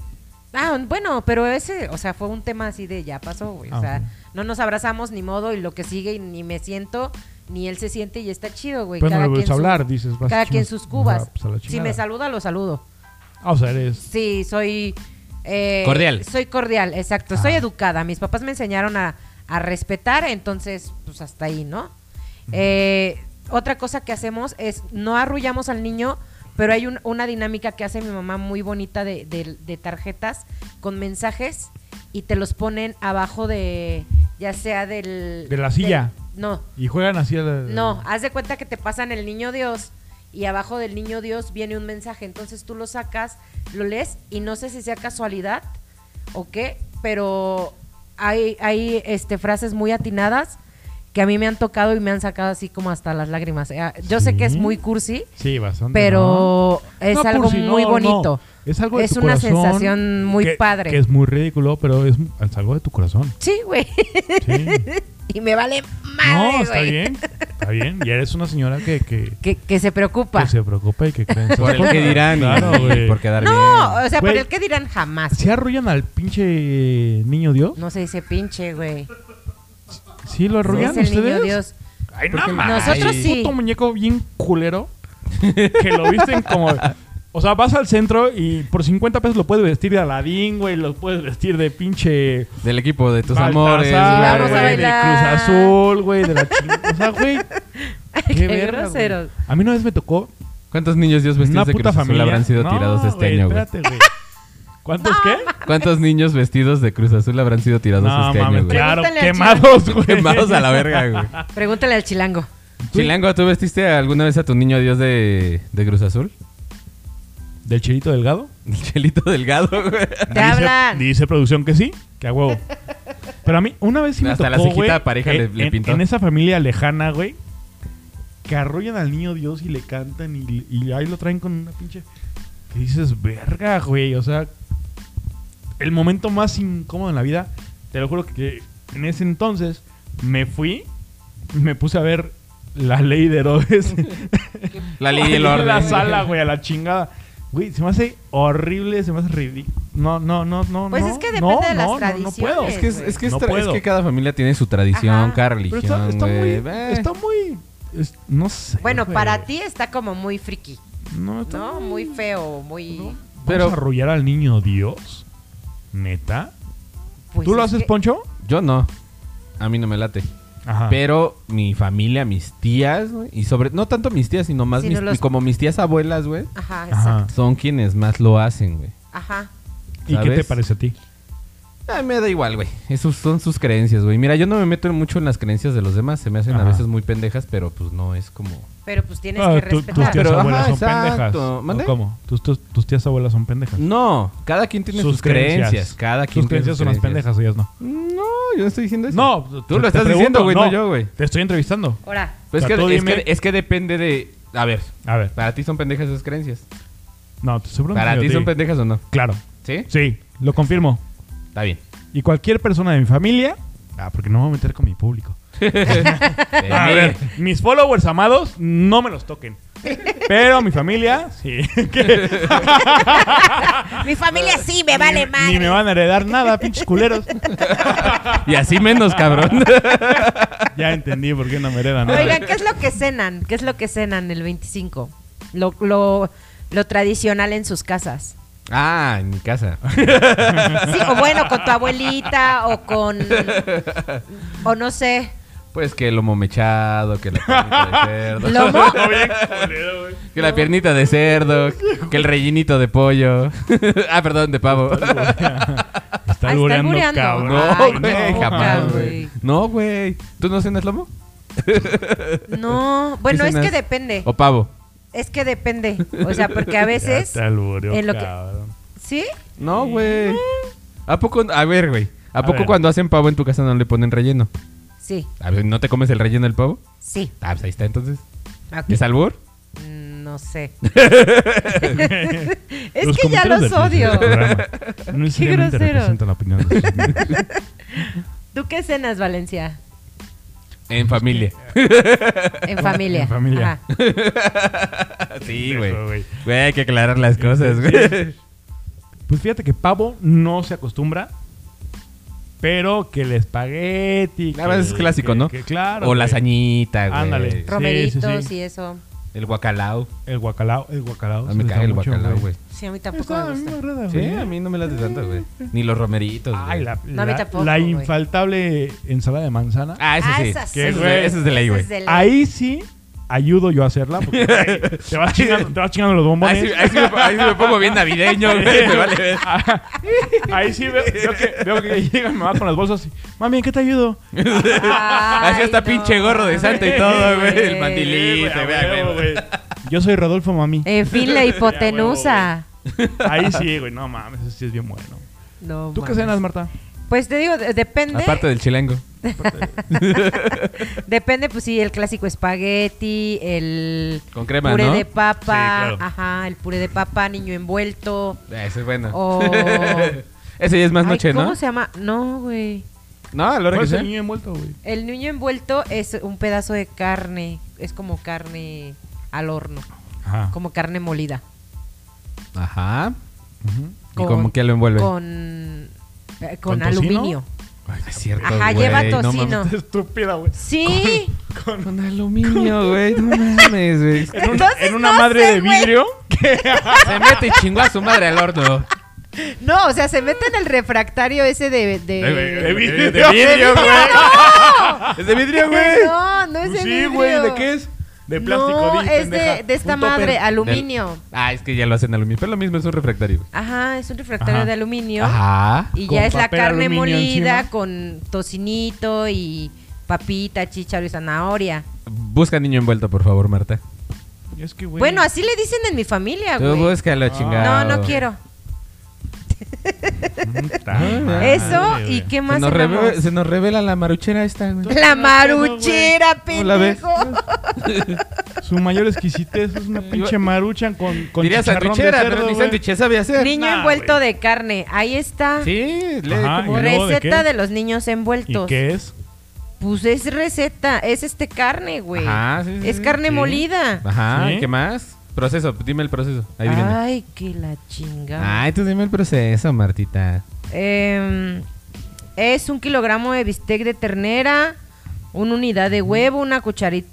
Ah, bueno, pero ese, o sea, fue un tema así de ya pasó, güey. Ah, o sea, ok. no nos abrazamos ni modo y lo que sigue y ni me siento, ni él se siente y está chido, güey. Pero Pues no le vuelves quien a su- hablar, dices. vas cada a quien chingar- sus cubas. Ah, pues a la si me chingada. saluda, lo saludo. Ah, o sea, eres... Sí, soy... eh, Cordial. Soy cordial, exacto. Soy Ah. educada. Mis papás me enseñaron a, a respetar, entonces, pues hasta ahí, ¿no? Eh, otra cosa que hacemos es no arrullamos al niño, pero hay un- una dinámica que hace mi mamá muy bonita de, de- de tarjetas con mensajes y te los ponen abajo de, ya sea del... De la silla. del- no, Y juegan así al... no, haz de cuenta que te pasan el niño Dios y abajo del niño Dios viene un mensaje. Entonces tú lo sacas, lo lees y no sé si sea casualidad o qué, pero hay, hay este, frases muy atinadas que a mí me han tocado y me han sacado así como hasta las lágrimas. Eh, Yo sé que es Sí. muy cursi, Sí, bastante. ¿no? pero es No, algo cursi, no, muy no. bonito. Es algo de Es tu una corazón sensación muy que- padre. Que es muy ridículo, pero es, es algo de tu corazón. Sí, güey. Sí. y me vale madre, no, está güey. bien. Está bien. Y eres una señora que, que, Que, que se preocupa. que se preocupa y que cree en esas Por el cosas. que dirán. y- Claro, y güey. por quedar No, o sea, Güey. por el que dirán jamás. ¿Se arrullan al pinche niño Dios? No se dice pinche, güey. ¿Sí lo arrullan Es el ustedes? niño Dios. Ay, Porque no mames. nosotros sí. Puto muñeco bien culero que lo visten como... O sea, vas al centro y por 50 pesos lo puedes vestir de Aladín, güey. Lo puedes vestir de pinche... bien. Del equipo de tus Baltasar, amores. güey, Vamos a de bailar. Cruz Azul, güey. De la chingada. O sea, güey. Qué, Qué verga, güey. groseros. A mí una vez me tocó ¿Cuántos niños Dios una vestidos de puta Pues Cruz Azul familia. habrán sido No, tirados este güey, año, güey? Espérate, güey. ¿Cuántos qué? ¿Cuántos niños vestidos de Cruz Azul habrán sido tirados No, este mames, año, güey? claro, Pregúntale al quemados, güey. Quemados a la verga, güey. Pregúntale al chilango. Chilango, ¿tú vestiste alguna vez a tu niño Dios de, de Cruz Azul? ¿Del chirito delgado? El chelito delgado, güey. Te hablan. Dice producción que sí, que a huevo. Pero a mí, una vez sí me Hasta tocó, la cejita güey, pareja que le- le en, pintó. en esa familia lejana, güey, que arrollan al niño Dios y le cantan y, y ahí lo traen con una pinche... Que dices, verga, güey, o sea... El momento más incómodo en la vida, te lo juro que en ese entonces me fui, me puse a ver la ley de Herodes. La ley y Ahí en el orden. la sala, güey, a la chingada. Güey, se me hace horrible, se me hace ridículo. No, no, no, no. Pues no, es que no, depende de las no, no, tradiciones. No, puedo. Es que, es, es que es No tra- es puedo. que cada familia tiene su tradición, Ajá. cada Pero está, religión, está güey. muy. Eh. Está muy. es- no sé. Bueno, güey. para ti está como muy friki, No, está ¿no? Muy feo, muy. Pero. Pero- ¿Vas a arrullar al niño Dios? ¿Neta? pues, ¿Tú lo es haces, que- Poncho? Yo no. A mí no me late. Ajá. Pero mi familia, mis tías, güey, y sobre... No tanto mis tías, sino más Sino mis- los- como mis tías abuelas, güey. Ajá, Ajá. exacto. Son quienes más lo hacen, güey. Ajá. ¿Y qué te ¿sabes? parece a ti? Ah, me da igual, güey. Esos son sus creencias, güey. Mira, yo no me meto mucho en las creencias de los demás. Se me hacen a Ajá. veces muy pendejas, pero pues no es como. Pero pues tienes Ah, que tú- tus respetar. tías Pero, abuelas ajá, son exacto. pendejas. ¿O ¿Mande? ¿Cómo? Tus, tus- tus tías abuelas son pendejas. No, cada quien tiene sus, creencias. Cada quien sus tiene creencias son las pendejas, ellas no. No, yo no estoy diciendo eso. No, te- tú lo te estás pregunto, diciendo, güey, no. yo, güey. Te estoy entrevistando. Ahora, Pues O sea, es, tú que, es, dime- que, es que depende de. A ver, A ver. para ti son pendejas esas creencias. No, te estoy preguntando. Para yo ti te son digo. pendejas o no. Claro. ¿Sí? Sí, lo confirmo. Está bien. Y cualquier persona de mi familia. Ah, porque no me voy a meter con mi público. Eh, A ver, mis followers amados, no me los toquen. Pero mi familia, sí. que mi familia sí me vale más. Ni me van a heredar nada, pinches culeros. Y así menos, cabrón. Ya entendí por qué no me heredan nada. Oigan, ¿qué es lo que cenan? ¿Qué es lo que cenan el 25? Lo, lo, lo tradicional en sus casas. ah, en mi casa. Sí, o bueno, con tu abuelita o con... O no sé. Pues que el lomo mechado, que la piernita de cerdo. ¿Lomo? Que la piernita de cerdo, que el rellenito de pollo. ah, perdón, de pavo. Está Ah, está albureando, albureando. cabrón. Ay, No, güey, no, jamás, güey. güey. No, güey. ¿Tú no cenas lomo? No. Bueno, ¿Qué es que cenas? depende. ¿O pavo? Es que depende. O sea, porque a Ya veces... te albureó, en lo que- cabrón. ¿Sí? No, güey. ¿A poco? A ver, güey. ¿A, A poco ver. cuando hacen pavo en tu casa no le ponen relleno? Sí, A ver, ¿no te comes el relleno del pavo? sí. Ah, pues ahí está entonces. Ok. ¿Es albur? Mm, No sé. Los es que ya comentarios los del odio. programa No necesariamente grosero. representan la opinión de sus miembros. ¿Tú qué cenas, Valencia? En familia. En familia. En familia. Ajá. sí, Eso, güey. Güey, hay que aclarar las cosas, Sí. güey. Pues fíjate que pavo no se acostumbra, pero que el espagueti. Claro, es el- clásico, que- ¿no? que claro. o güey. lasañita, güey. Ándale. Romeritos sí. y eso. El guacalao. El guacalao, el guacalao. A se mí Ah, me les da caga el mucho, guacalao, güey. Sí, a mí tampoco Está, me a mí me gusta. agrada, Sí, güey. a mí no me las de tanto, güey. Ni los romeritos, güey. Ay, la, No, a mí la- tampoco, la güey. infaltable ensalada de manzana. Ah, eso Ah, sí. esa sí. Eso es Güey. de- eso es de ley, Ese güey. es de ley. Ahí sí ayudo yo a hacerla porque güey, te, vas chingando, te vas chingando los bombones. Ahí sí, ahí sí me, ahí sí me pongo bien navideño, güey. Me vale ver. Ahí sí veo, veo que, veo que llega mi mamá con las bolsas y, mami, ¿en qué te ayudo? Ay, Así está no, pinche gorro de santa y todo, güey. El mandilito, Sí, Eh, güey, a güey, huevo, güey. güey. Yo soy Rodolfo, mami. En fin, la Eh, hipotenusa. Ahí sí, güey, no mames, eso sí es bien bueno. No, ¿Tú qué mames. cenas, Marta? Pues te digo, de- depende. Aparte del chilango. Depende, pues sí, el clásico espagueti, el Con crema, puré ¿no? de papa, Sí, claro. ajá, el puré de papa, niño envuelto. Ah, Ese es bueno. O- Ese ya es más Oh. Ay, noche, ¿cómo ¿no? se llama? No, güey. No, a la hora ¿Cuál que es sea. el niño envuelto, güey? El niño envuelto es un pedazo de carne, es como carne al horno, Ajá. como carne molida. Ajá. Ujú. ¿Y cómo que lo envuelve? Con, eh, con ¿Con tocino? aluminio. Ay, no es cierto, Ajá, güey, lleva no tocino. mames. Estúpida, güey. Sí, Con aluminio, güey. No mames, güey. En una, Entonces, en una no madre sé, de güey. vidrio. Se mete y chingó a su madre al horno. no, o sea, se mete en el refractario ese de... de- eh, vidrio. De vidrio, ¡No! güey. Es de vidrio, güey. No, no es de Pues sí, vidrio. güey, ¿de qué es? De plástico, No, di, es pendeja. de, de esta Un topper. madre, aluminio. Del- Ah, es que ya lo hacen aluminio. Pero lo mismo es un refractario. güey. Ajá, es un refractario Ajá. de aluminio. Ajá. Y Con ya es la papel carne aluminio molida encima. con tocinito y papita, chícharo y zanahoria. Busca niño envuelto, por favor, Marta. Es que, güey. Bueno, así le dicen en mi familia, Tú güey. búscalo, No, chingado. no quiero. puta madre, Eso güey. y qué Se más Pues nos, cenamos? revela, se nos revela la maruchera esta, güey. La maruchera, ¿Cómo la ves? pendejo. Su mayor exquisitez es una pinche maruchan con, con Diría chicharrón de sandwichera, cerdo, pero ni güey. sandwichera sabe hacer. Niño Nah, envuelto güey. de carne. Ahí está. Sí, le Ajá, como- ¿y luego de Receta qué? de, los niños ¿Y envueltos. qué es? Pues es receta, es este carne, güey. Ajá, sí, sí, es sí. carne Sí. molida. Ajá, Sí. ¿qué más? Proceso, dime el proceso. Ahí viene. Ay, que la chingada. Ay, tú dime el proceso, Martita. Em, es un kilogramo de bistec de ternera, una unidad de huevo, una cucharit-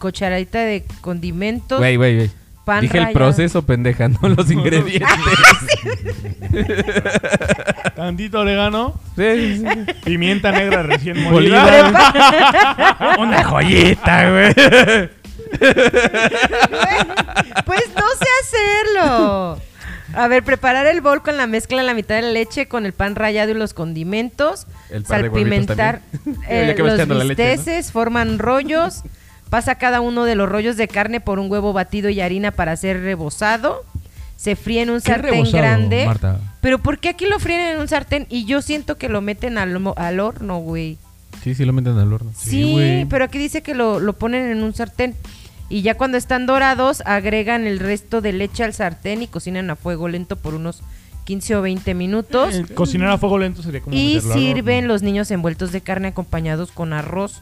cucharadita de condimentos. Güey, güey, güey. Pan Dije el rallado. proceso, pendeja, no los ingredientes. Tantito orégano, Sí, sí, sí. pimienta negra recién Molida. molida. Una joyita, güey. Pues no sé hacerlo. A ver, preparar el bol con la mezcla de la mitad de la leche, con el pan rallado y los condimentos. El par de huevitos salpimentar también. eh, Ya que vas echando la los leche, ¿no? bisteces, forman rollos. Pasa cada uno de los rollos de carne por un huevo batido y harina para hacer rebozado. Se fríe en un ¿Qué sartén rebozado, grande. Marta? Pero ¿por qué aquí lo fríen en un sartén? Y yo siento que lo meten al, mo- al horno, güey. Sí, sí lo meten al horno. Sí, Sí, güey. pero aquí dice que lo, lo ponen en un sartén. Y ya cuando están dorados, agregan el resto de leche al sartén y cocinan a fuego lento por unos 15 o 20 minutos. Eh, Cocinar a fuego lento sería como. Y meterlo al horno. sirven los niños envueltos de carne acompañados con arroz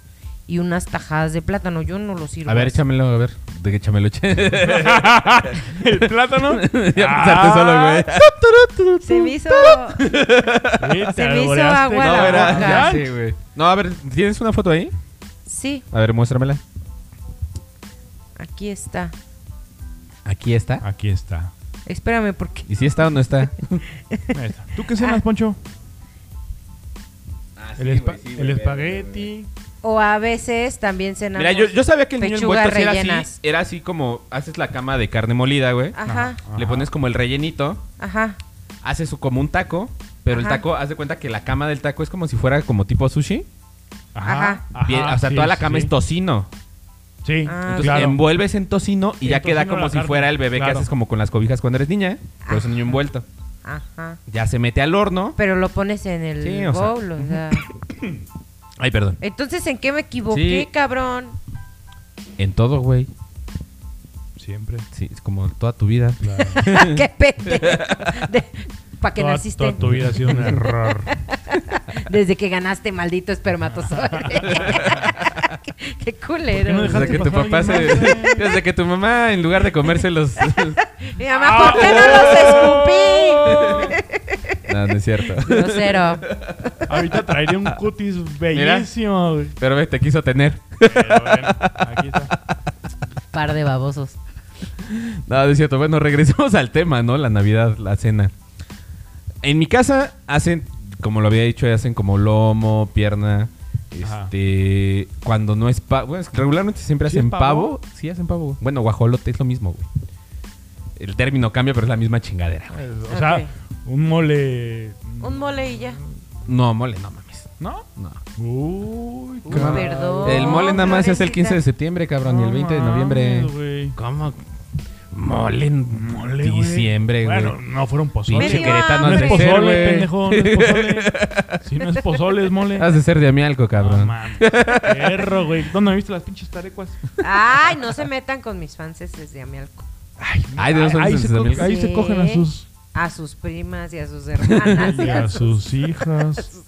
y unas tajadas de plátano. Yo no lo sirvo. A ver, así. échamelo, a ver. De que échamelo, che. el plátano. ya pensaste solo, güey. Se me hizo... güey. Se me hizo agua Ah, No, la era, boca. ya, sí, güey. No, a ver, ¿tienes una foto ahí? Sí, A ver, muéstramela. aquí está. Aquí está. Aquí está. Espérame porque... ¿Y si está o no está? Ahí está. ¿Tú qué Ah. cenas, Poncho? Ah, El, espa- el espagueti. O a veces también cenamos... Mira, yo, yo sabía que el niño Pechugas envuelto sí era rellenas. Ah. así. Era así como haces la cama de carne molida, güey. Ajá, Le pones como el rellenito. ajá. Haces su- como un taco. Pero el Ajá. taco, haz de cuenta que la cama del taco es como si fuera como tipo sushi. Ajá. Bien, o sea, sí, toda la sí, cama sí. es tocino. Sí, Ah, Entonces claro. envuelves en tocino y El ya queda tocino, como la si carne. fuera el bebé Claro. que haces como con las cobijas cuando eres niña. Pero es un niño envuelto. Ajá. Ya se mete al horno. Pero lo pones en el Sí, o sea. bowl, o sea. Ay, perdón. Entonces, ¿en qué me equivoqué, Sí. cabrón? En todo, güey. Siempre. Sí, es como toda tu vida. qué pendejo. Para que Toda- naciste. Toda tu vida ha sido un error. Desde que ganaste, maldito espermatozoide. qué, qué culero. ¿Por qué no Desde que tu pasar papá a se... alguien más, güey. Desde que tu mamá, en lugar de comérselos... Mi mamá, ¿por qué no los escupí? no, no es cierto. Grosero. Ahorita traeré un cutis bellísimo, güey. Pero ves, te quiso tener. Pero bueno, aquí está. Par de babosos. No, no es cierto. Bueno, regresemos al tema, ¿no? La Navidad, la cena. En mi casa hacen, como lo había dicho, hacen como lomo, pierna. Ajá. Este, cuando no es pavo, bueno, es que regularmente siempre ¿Sí hacen es pavo? pavo? Sí, hacen pavo. güey. Bueno, guajolote es lo mismo, güey. El término cambia, pero es la misma chingadera. güey. O sea, Ok. un mole. Un mole y ya. No, mole, no mames. ¿No? No. Uy, Uy, cabrón. perdón. el mole nada más es el florecita. 15 de septiembre, cabrón, y Oh, el 20 de No noviembre. mames, güey. ¿Cómo? Mole en Mole, güey. diciembre, güey. Bueno, no fueron pozole. Me Pinche dio queretano No has es hambre. de ser, pozole, güey. pendejo. No es pozole. Si no es pozole, es mole. Has de ser de Amialco, No Ah, cabrón. mames. Perro, güey. ¿Dónde viste las pinches tarecuas? Ay, no se metan con mis fans desde Amialco. Ay, Ay, de los ahí, once se de co- mil- ahí se Sí. cogen a sus, A sus primas y a sus hermanas. y a sus hijas.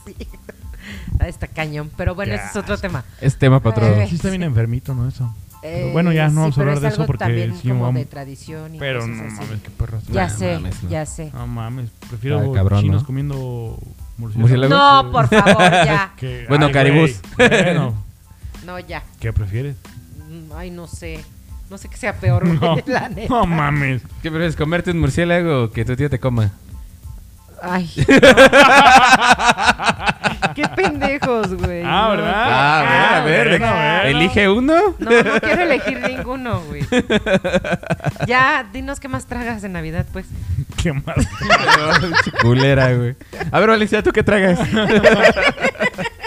Ah, Está cañón. Pero bueno, ese es otro tema. Es tema para otro. Ay. Sí está bien enfermito, ¿no? Eso. Pero Eh, bueno, ya sí, no vamos a pero hablar es de eso algo porque también sí como vamos. de tradición y Pero cosas no así. mames, qué perro. pues, Ya No sé, mames, no. ya sé. No Ah, mames, prefiero Ah, cabrón, chinos ¿no? comiendo Murciélago. murciélagos. No, por favor, ya. que- Bueno, ay, caribús. güey, Bueno, No, ya. ¿qué prefieres? Mm, Ay, no sé. No sé qué sea peor, No, güey, la neta. no mames. ¿Qué prefieres, comerte un murciélago o que tu tío te coma? Ay. qué pendejos, güey. Ah, No, ¿verdad? qué- Ah, Ah, a ver, bueno, a ver. bueno. Elige uno. No, no quiero elegir ninguno, güey. Ya, dinos qué más tragas de Navidad, pues. ¿Qué más? Culera, güey. A ver, Valencia, ¿tú qué tragas?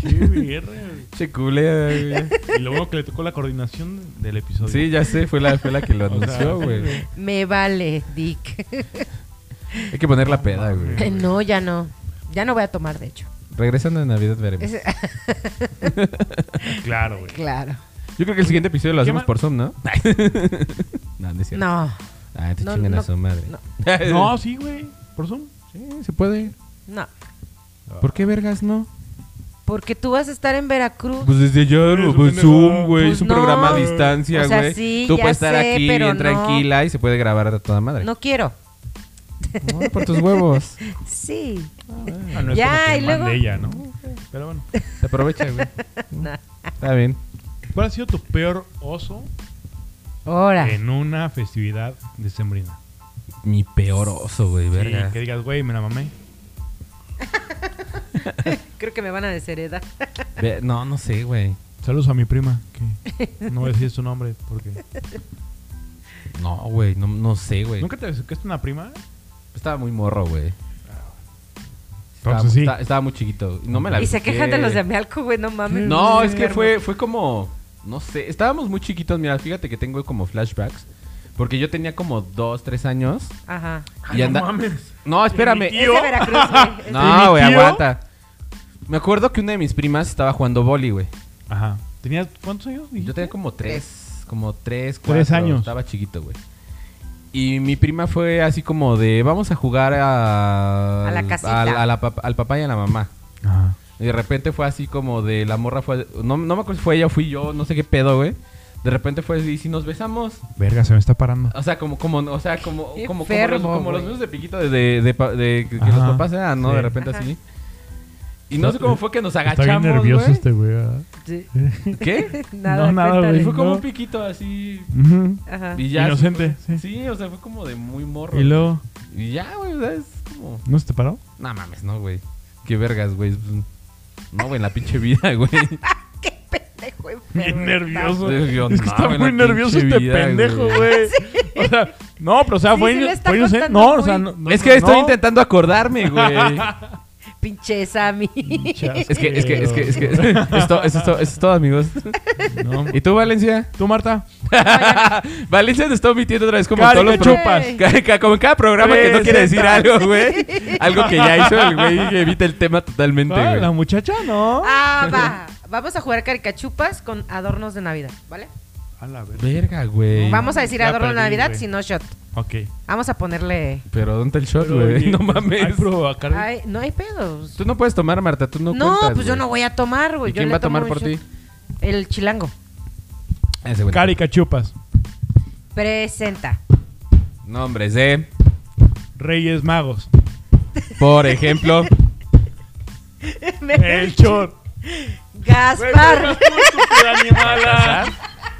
Qué mierda, güey. che, culera, güey. Y lo bueno que le tocó la coordinación del episodio. Sí, ya sé, fue la, fue la que lo O sea, anunció, güey. Me vale, Dick. Hay que poner la peda, güey. no, ya no. Ya no voy a tomar, de hecho. Regresando de Navidad veremos. Es- Claro, güey. claro. Yo creo que el siguiente episodio lo ¿Qué hacemos ma- por Zoom, ¿no? no, no es cierto. No, Ah, te No, chingan a no, su madre. no. No, sí, güey. Por Zoom. Sí, se puede. no. ¿Por qué vergas no? Porque tú vas a estar en Veracruz. Pues desde allá, Eres un pues, pendejo. Zoom, güey. Pues es un no. programa a distancia, O sea, güey. sí, Tú ya puedes estar sé, aquí pero bien no. tranquila y se puede grabar a toda madre. No quiero. No, por tus huevos. Sí. Ah, no es Ya, como que y luego- mande ella, ¿no? Pero bueno. Se aprovecha, güey. Está bien. ¿Cuál ha sido tu peor oso Ahora. en una festividad decembrina? Mi peor oso, güey, Sí, verga. que digas, güey, me la mamé. Creo que me van a desheredar. Ve- No, no sé, güey. Saludos a mi prima, que no voy a decir su nombre porque No, güey, no, no sé, güey. ¿Nunca te besuqueaste una prima? Estaba muy morro, güey. Estaba, Entonces pues sí. esta- estaba muy chiquito. No me la Y se busqué. quejan de los de Amialco, güey, no mames. No, es que fue, fue como. No sé, estábamos muy chiquitos. Mira, fíjate que tengo como flashbacks. Porque yo tenía como dos, tres años. Ajá. Ay, y Ah, no anda- mames. No, espérame. tío? Es de Veracruz, güey. Es- ¿Y mi No, Ah, güey, tío? aguanta. Me acuerdo que una de mis primas estaba jugando boli, güey. Ajá. ¿Tenías cuántos años? Yo dijiste? tenía como tres, como tres, cuatro. Tres años. Estaba chiquito, güey. Y mi prima fue así como de, vamos a jugar a... A la casita. al- a la pap- al papá y a la mamá. Ajá. Y de repente fue así como de la morra fue... No, no me acuerdo si fue ella o fui yo, no sé qué pedo, güey. De repente fue así, si nos besamos. Verga, se me está parando. O sea, como, como, o sea, como, Qué como, enfermo, como, los, como los güey. besos de piquito de, de, de pa- de que que los Ajá. papás eran, ¿no? Sí. De repente Ajá. así. Y no sé cómo fue que nos Está agachamos, bien nervioso güey. este güey. ¿verdad? Sí. ¿Qué? Nada, No, nada, güey, cuéntale. Y fue como No. un piquito así... Ujú. Ajá. Y ya, Inocente, sí, fue- sí. sí, o sea, fue como de muy morro. Y luego, Y ya, güey, o sea, es como. ¿no se te paró? No mames, no, güey. Qué vergas, güey. No, güey, en la pinche vida, güey. Qué pendejo enfermo. Bien nervioso. Yo digo, Es que Pues no, está güey, muy la nervioso pinche este vida, pendejo, güey. güey. O sea, no, pero o sea, Sí, fue, sí ino- le está fue inocente. costando No, o muy- sea, no, no, es que estoy no. intentando acordarme, güey. Pinche Sammy. es que, es que, es que, es que. Es todo, eso es todo, eso es todo, amigos. No. ¿Y tú, Valencia? ¿Tú, Marta? Valencia te está omitiendo otra vez como en Cada todos los que pro- chupas. Pues, Ca- ca- Como en cada programa que no quiere decir Presenta. algo, güey. Algo que ya hizo el güey que evita el tema totalmente, Ah, la güey. muchacha, no. Ah, va. Vamos a jugar caricachupas con adornos de Navidad, ¿vale? A la verga. Verga, güey. Vamos a decir ya adorno de perdí, Navidad, güey. si no shot. Ok. Vamos a ponerle. Pero ¿dónde está el shot, Pero, güey? oye, No pues, Ay, mames. pero acá- Ay, no hay pedos. Tú no puedes tomar, Marta, tú no No, cuentas, pues yo güey. no voy a tomar, güey. ¿Y Yo quién le va a tomar tomo un por ti? shot. El chilango. Ese güey. Carica chupas. Presenta. Nombres de, Reyes Magos. por ejemplo, El chor. Gaspar. animala.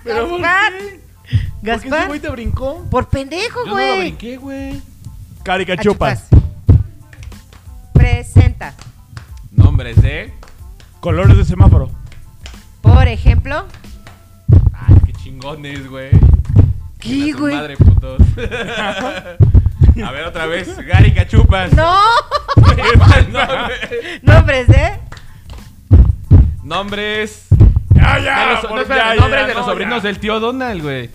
Pero ¿por Gaspar. qué? ¿Por qué ese Gaspar. güey te brincó? Por pendejo, güey. güey. Carica chupas. Achupas. Presenta. Nombres de. Colores de semáforo. Por ejemplo. Ay, qué chingones, güey. ¿Qué, Su güey? Madre putos. a ver otra vez, Gary Cachupas. No. Nombres- Nombres de. Nombres. Ya, de los, no, por- espera, ya, ya, nombres de no, los ya. sobrinos del tío Donald, güey.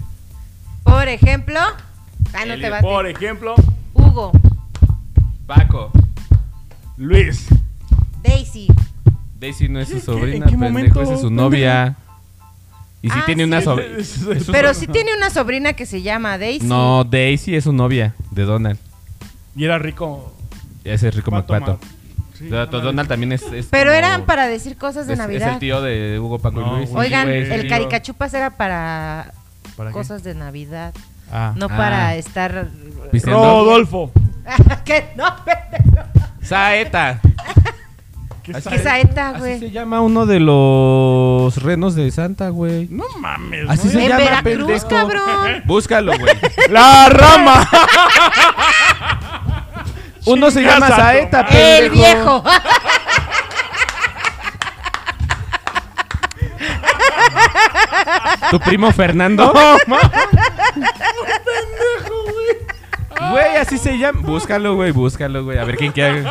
Por ejemplo. Ah, no El- te va Por ejemplo, Hugo. Paco. Luis. Daisy. Daisy no es su sobrina, en qué pendejo, momento, esa es su pendejo? novia. Y si Ah, tiene una sí. sobrina. Pero sí tiene una sobrina que se llama Daisy. No, Daisy es su novia de Donald. Y era rico. Ese es Rico Pato, McPato. ma- Sí, O sea, Donald también es. es Pero como- eran para decir cosas de es- Navidad. Es el tío de Hugo Paco No, y Luis. güey. Oigan, Sí, güey, el tío. caricachupas era para, ¿Para qué? cosas de Navidad, Ah. no Ah. para estar. Pisteando. Rodolfo. ¿Qué? No, pendejo. Saeta. ¿Qué Así sabe? ¿Qué saeta, Así se güey? llama uno de los renos de Santa, güey. No mames. Así ¿no? se En llama, Veracruz, pendejo. cabrón. Búscalo, güey. La rama. uno se llama Chingas a tu Saeta, madre. El pendejo. viejo. Ah, Tu primo Fernando. Güey, así se llama. Búscalo, güey, búscalo, güey. A ver quién quiere.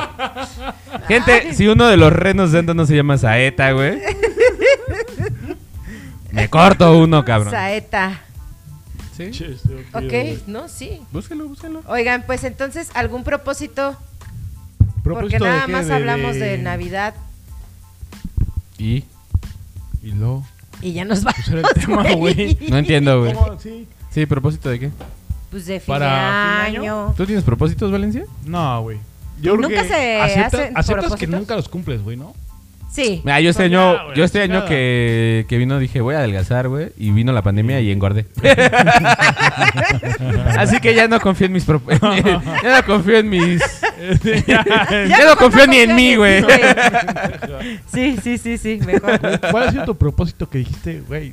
Gente, si uno de los renos de Santa no se llama Saeta, güey. Me corto uno, cabrón. Saeta. Sí. Che, este Ok, no, sí. Búscalo, búscalo. Oigan, pues entonces, ¿algún propósito? Porque ¿Propósito nada de qué? más hablamos de Navidad Y Y luego. y ya nos vamos. Pues era el tema, güey. no entiendo, güey. ¿Cómo? Sí. Sí, propósito de qué? Pues de fin Para de fin de año. año. ¿Tú tienes propósitos, Valencia? No, güey. Yo creo Nunca que se acepta- hacen aceptas que propósitos. nunca los cumples, güey, ¿no? Sí. Mira, yo este Pues ya, año, güey, yo este año chingada. que, que vino dije, voy a adelgazar, güey, y vino la pandemia y engordé. Así que ya no confío en mis prop- ya no confío en mis ya, no confío ni en mí, güey. Sí, sí, sí, sí, mejor. ¿Cuál ha sido tu propósito que dijiste, güey?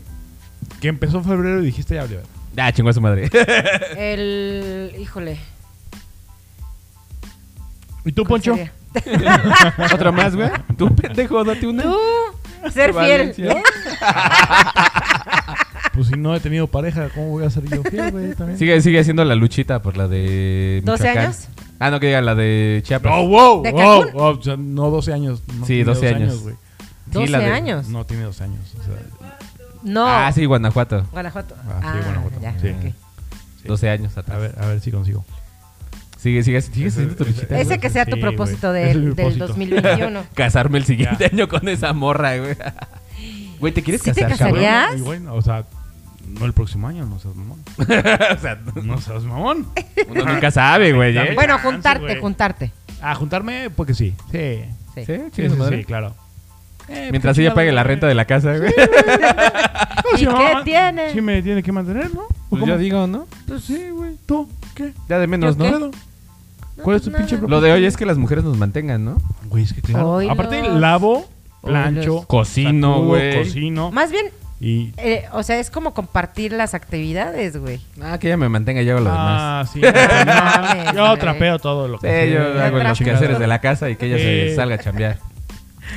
Que empezó febrero y dijiste ya, valió. Ah, chingó a su madre. El. Híjole. ¿Y tú, Poncho? ¿cuál sería? Otra más, güey. ¿Eh? Tú pendejo, date una. ¿eh? Tú, ser fiel. Valencia. Pues si no he tenido pareja, ¿cómo voy a ser yo? fiel, güey, también. Sigue, sigue haciendo la luchita por la de. ¿Doce Michoacán. años? Ah, no, que diga la de Chiapas. No, Oh, wow, ¿De wow, Cancún? wow, o sea, no 12 años. No Sí, tiene 12 años. güey. 12 la de- años. No. no tiene 12 años. o sea, Ah, sí, Guanajuato. Guanajuato. Ah, sí, Ah, Guanajuato, ya, sí. ok. Sí. 12 años atrás. a, ver, a ver si consigo. Sigue, sigue, sigue Ese- haciendo tu ese- luchita. Ese güey. que sea tu Sí, propósito güey. del- Ese es mi del propósito. 2021. Casarme el siguiente Ya. año con esa morra, güey. Güey, ¿te quieres ¿Sí te casar, casarías? cabrón? Y bueno, o sea, no el próximo año, no seas mamón. o sea, No seas mamón. uno nunca sabe, güey. ¿eh? Dame- Bueno, Chance, juntarte, güey. juntarte. A juntarme, porque sí. Sí. Sí. Sí, Sí, chinga su sí, madre. sí, claro. Eh, Mientras pues, ella chingado, pague la güey. renta de la casa, güey. ¿Y no, qué ma- tiene? Sí me tiene que mantener, ¿no? ¿O Pues cómo? yo digo, ¿no? Pues sí, güey. ¿Tú? ¿Qué? Ya de menos, ¿Yo qué? ¿no? ¿Puedo? ¿Cuál es tu pues pinche nada. propósito? Lo de hoy es que las mujeres nos mantengan, ¿no? Güey, es que claro. Oilos. Aparte, lavo, plancho, Cocino, sacudo, güey. Cocino. Más bien, Y. eh, o sea, es como compartir las actividades, güey. Ah, que ella me mantenga, yo hago lo demás. Ah, sí. no, mames, yo güey. trapeo todo lo Sí, que yo sea. hago los trapo. quehaceres de la casa y que ella se Sí. salga a chambear.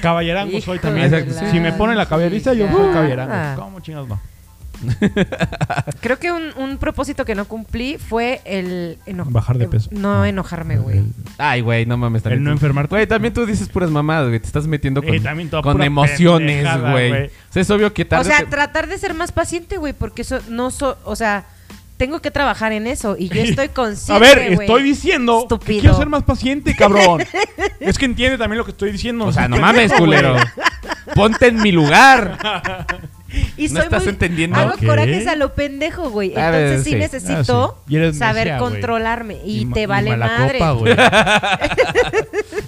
Caballerango soy Hijo también. de la Si me ponen la caballeriza, yo soy chingada. Ah. caballerango. ¿Cómo chingados no? Creo que un, un propósito que no cumplí fue el... eno- Bajar de eh, peso. No enojarme, güey. El- Ay, güey, no mames. El También no tú- enfermarte. Güey, también tú dices puras mamadas, güey. Te estás metiendo con, Eh, también toda con pura emociones, pendejada, güey. güey. O sea, es obvio que tarde O sea, te- tratar de ser más paciente, güey, porque eso no so, o sea, tengo que trabajar en eso y yo estoy consciente. A ver, güey. estoy diciendo que Estúpido. quiero ser más paciente, cabrón. es que entiende también lo que estoy diciendo. O sea, no Estoy mames, pendejo, güey. culero. Ponte en mi lugar. y no estás entendiendo. Hago Ok. corajes a lo pendejo, güey. A Entonces ver, sí, sí. necesito Ah, sí. Y eres saber necia, güey. controlarme y, ma- te vale mala madre. copa, güey.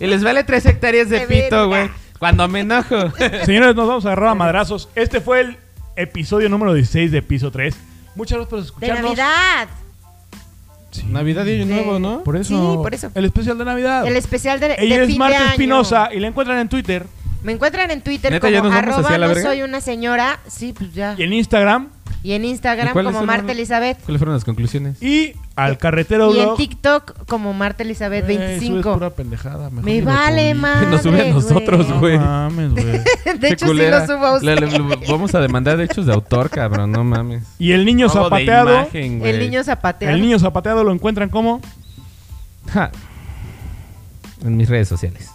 Y les vale tres hectáreas de De verga. pito, güey. Cuando me enojo. Señores, nos vamos a agarrar a madrazos. Este fue el episodio número 16 de Piso 3. Muchas gracias por de escucharnos. Navidad. Sí. Navidad y Año Nuevo, ¿no? Por eso. Sí, por eso. El especial de Navidad. El especial de, de Ella es fin de Marta año. Espinosa y la encuentran en Twitter Me encuentran en Twitter ¿Neta, como ya nos vamos arroba hacia la no verga? soy una señora. Sí, pues ya. y en Instagram Y en Instagram ¿Y cuáles como son Marta las- Elizabeth. ¿Cuáles fueron las conclusiones? y al carretero Y en blog. TikTok como Marta Elizabeth Güey, subes 25. pura pendejada, mejor Me ni lo vale, publiques. madre. Nos sube a nosotros, güey. No güey. mames, güey. De Qué hecho, culera. sí lo subo a usted. Le- le- le- vamos a demandar derechos de autor, cabrón. No mames. Y el niño Robo de zapateado. imagen, güey. El niño zapateado. El niño zapateado lo encuentran como Ja. En mis redes sociales.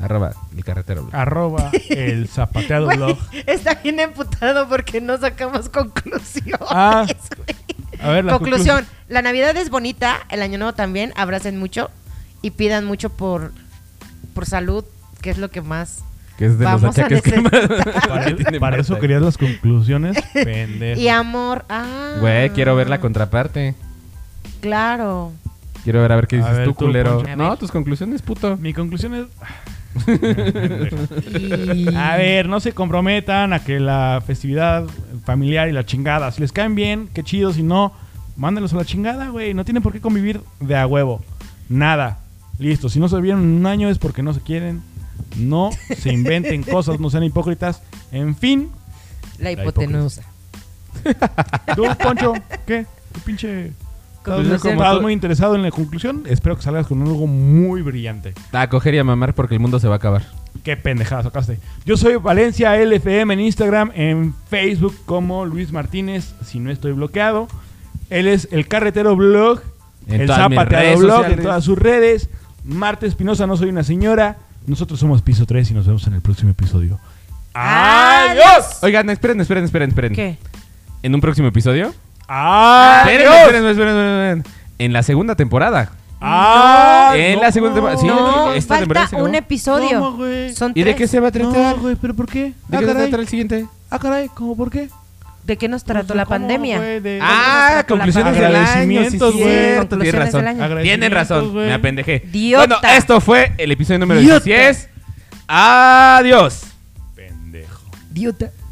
Arroba el carretero. blog. arroba el zapateado Güey, blog. está bien emputado porque no sacamos conclusión. Ah, a ver, la conclusión. La Navidad es bonita, el Año Nuevo también. Abracen mucho y pidan mucho por, por salud, que es lo que más. Que es de los Vamos a achaques que más. Para, que tiene para eso Marta. querías las conclusiones, pendejo. Y amor. Ah. Güey, quiero ver la contraparte. Claro. Quiero ver a ver qué A dices ver, tú, tú, culero. Poncho. No, tus conclusiones, puto. Mi conclusión es... Y- A ver, no se comprometan a que la festividad familiar y la chingada, si les caen bien, qué chido, si no, mándenlos a la chingada, güey. No tienen por qué convivir de a huevo. Nada. Listo, si no se vieron en un año es porque no se quieren. No se inventen cosas, no sean hipócritas. En fin, La hipotenusa. tú, Poncho, ¿qué? Tu pinche... Conclusión. Estás como estás muy interesado en la conclusión. Espero que salgas con algo muy brillante. A Ah, coger y a mamar porque el mundo se va a acabar. Qué pendejada sacaste. Yo soy Valencia LFM en Instagram, en Facebook como Luis Martínez, si no estoy bloqueado. Él es el carretero blog, En el todas mis zapateado redes blog, sociales. en todas sus redes. Marta Espinosa, no soy una señora. Nosotros somos Piso 3 y nos vemos en el próximo episodio. ¡Adiós! Oigan, esperen, esperen, esperen, esperen. ¿Qué? En un próximo episodio. Esperen, esperen, ¡Adiós! esperen, esperen, esperen. En la segunda temporada. ¡Ah, en la segunda temporada. Sí, No, esta temporada falta se acabó. un episodio. ¿Cómo, güey? Son ¿Y de tres. qué se va a tratar? No, güey, ¿pero por qué? ¿De ah, qué se va a caray. tratar el siguiente? Ah, caray, ¿cómo por qué? ¿De qué nos trató Pues, la ¿cómo, pandemia? güey? De- Ah, conclusiones del año. Sí, Agradecimientos, güey. cierto, tienes Conclusiones razón. del año. Tienen razón, Agradecimientos, güey. me apendejé. Idiota. Bueno, esto fue el episodio número Idiota. 16. Adiós. Pendejo. Idiota.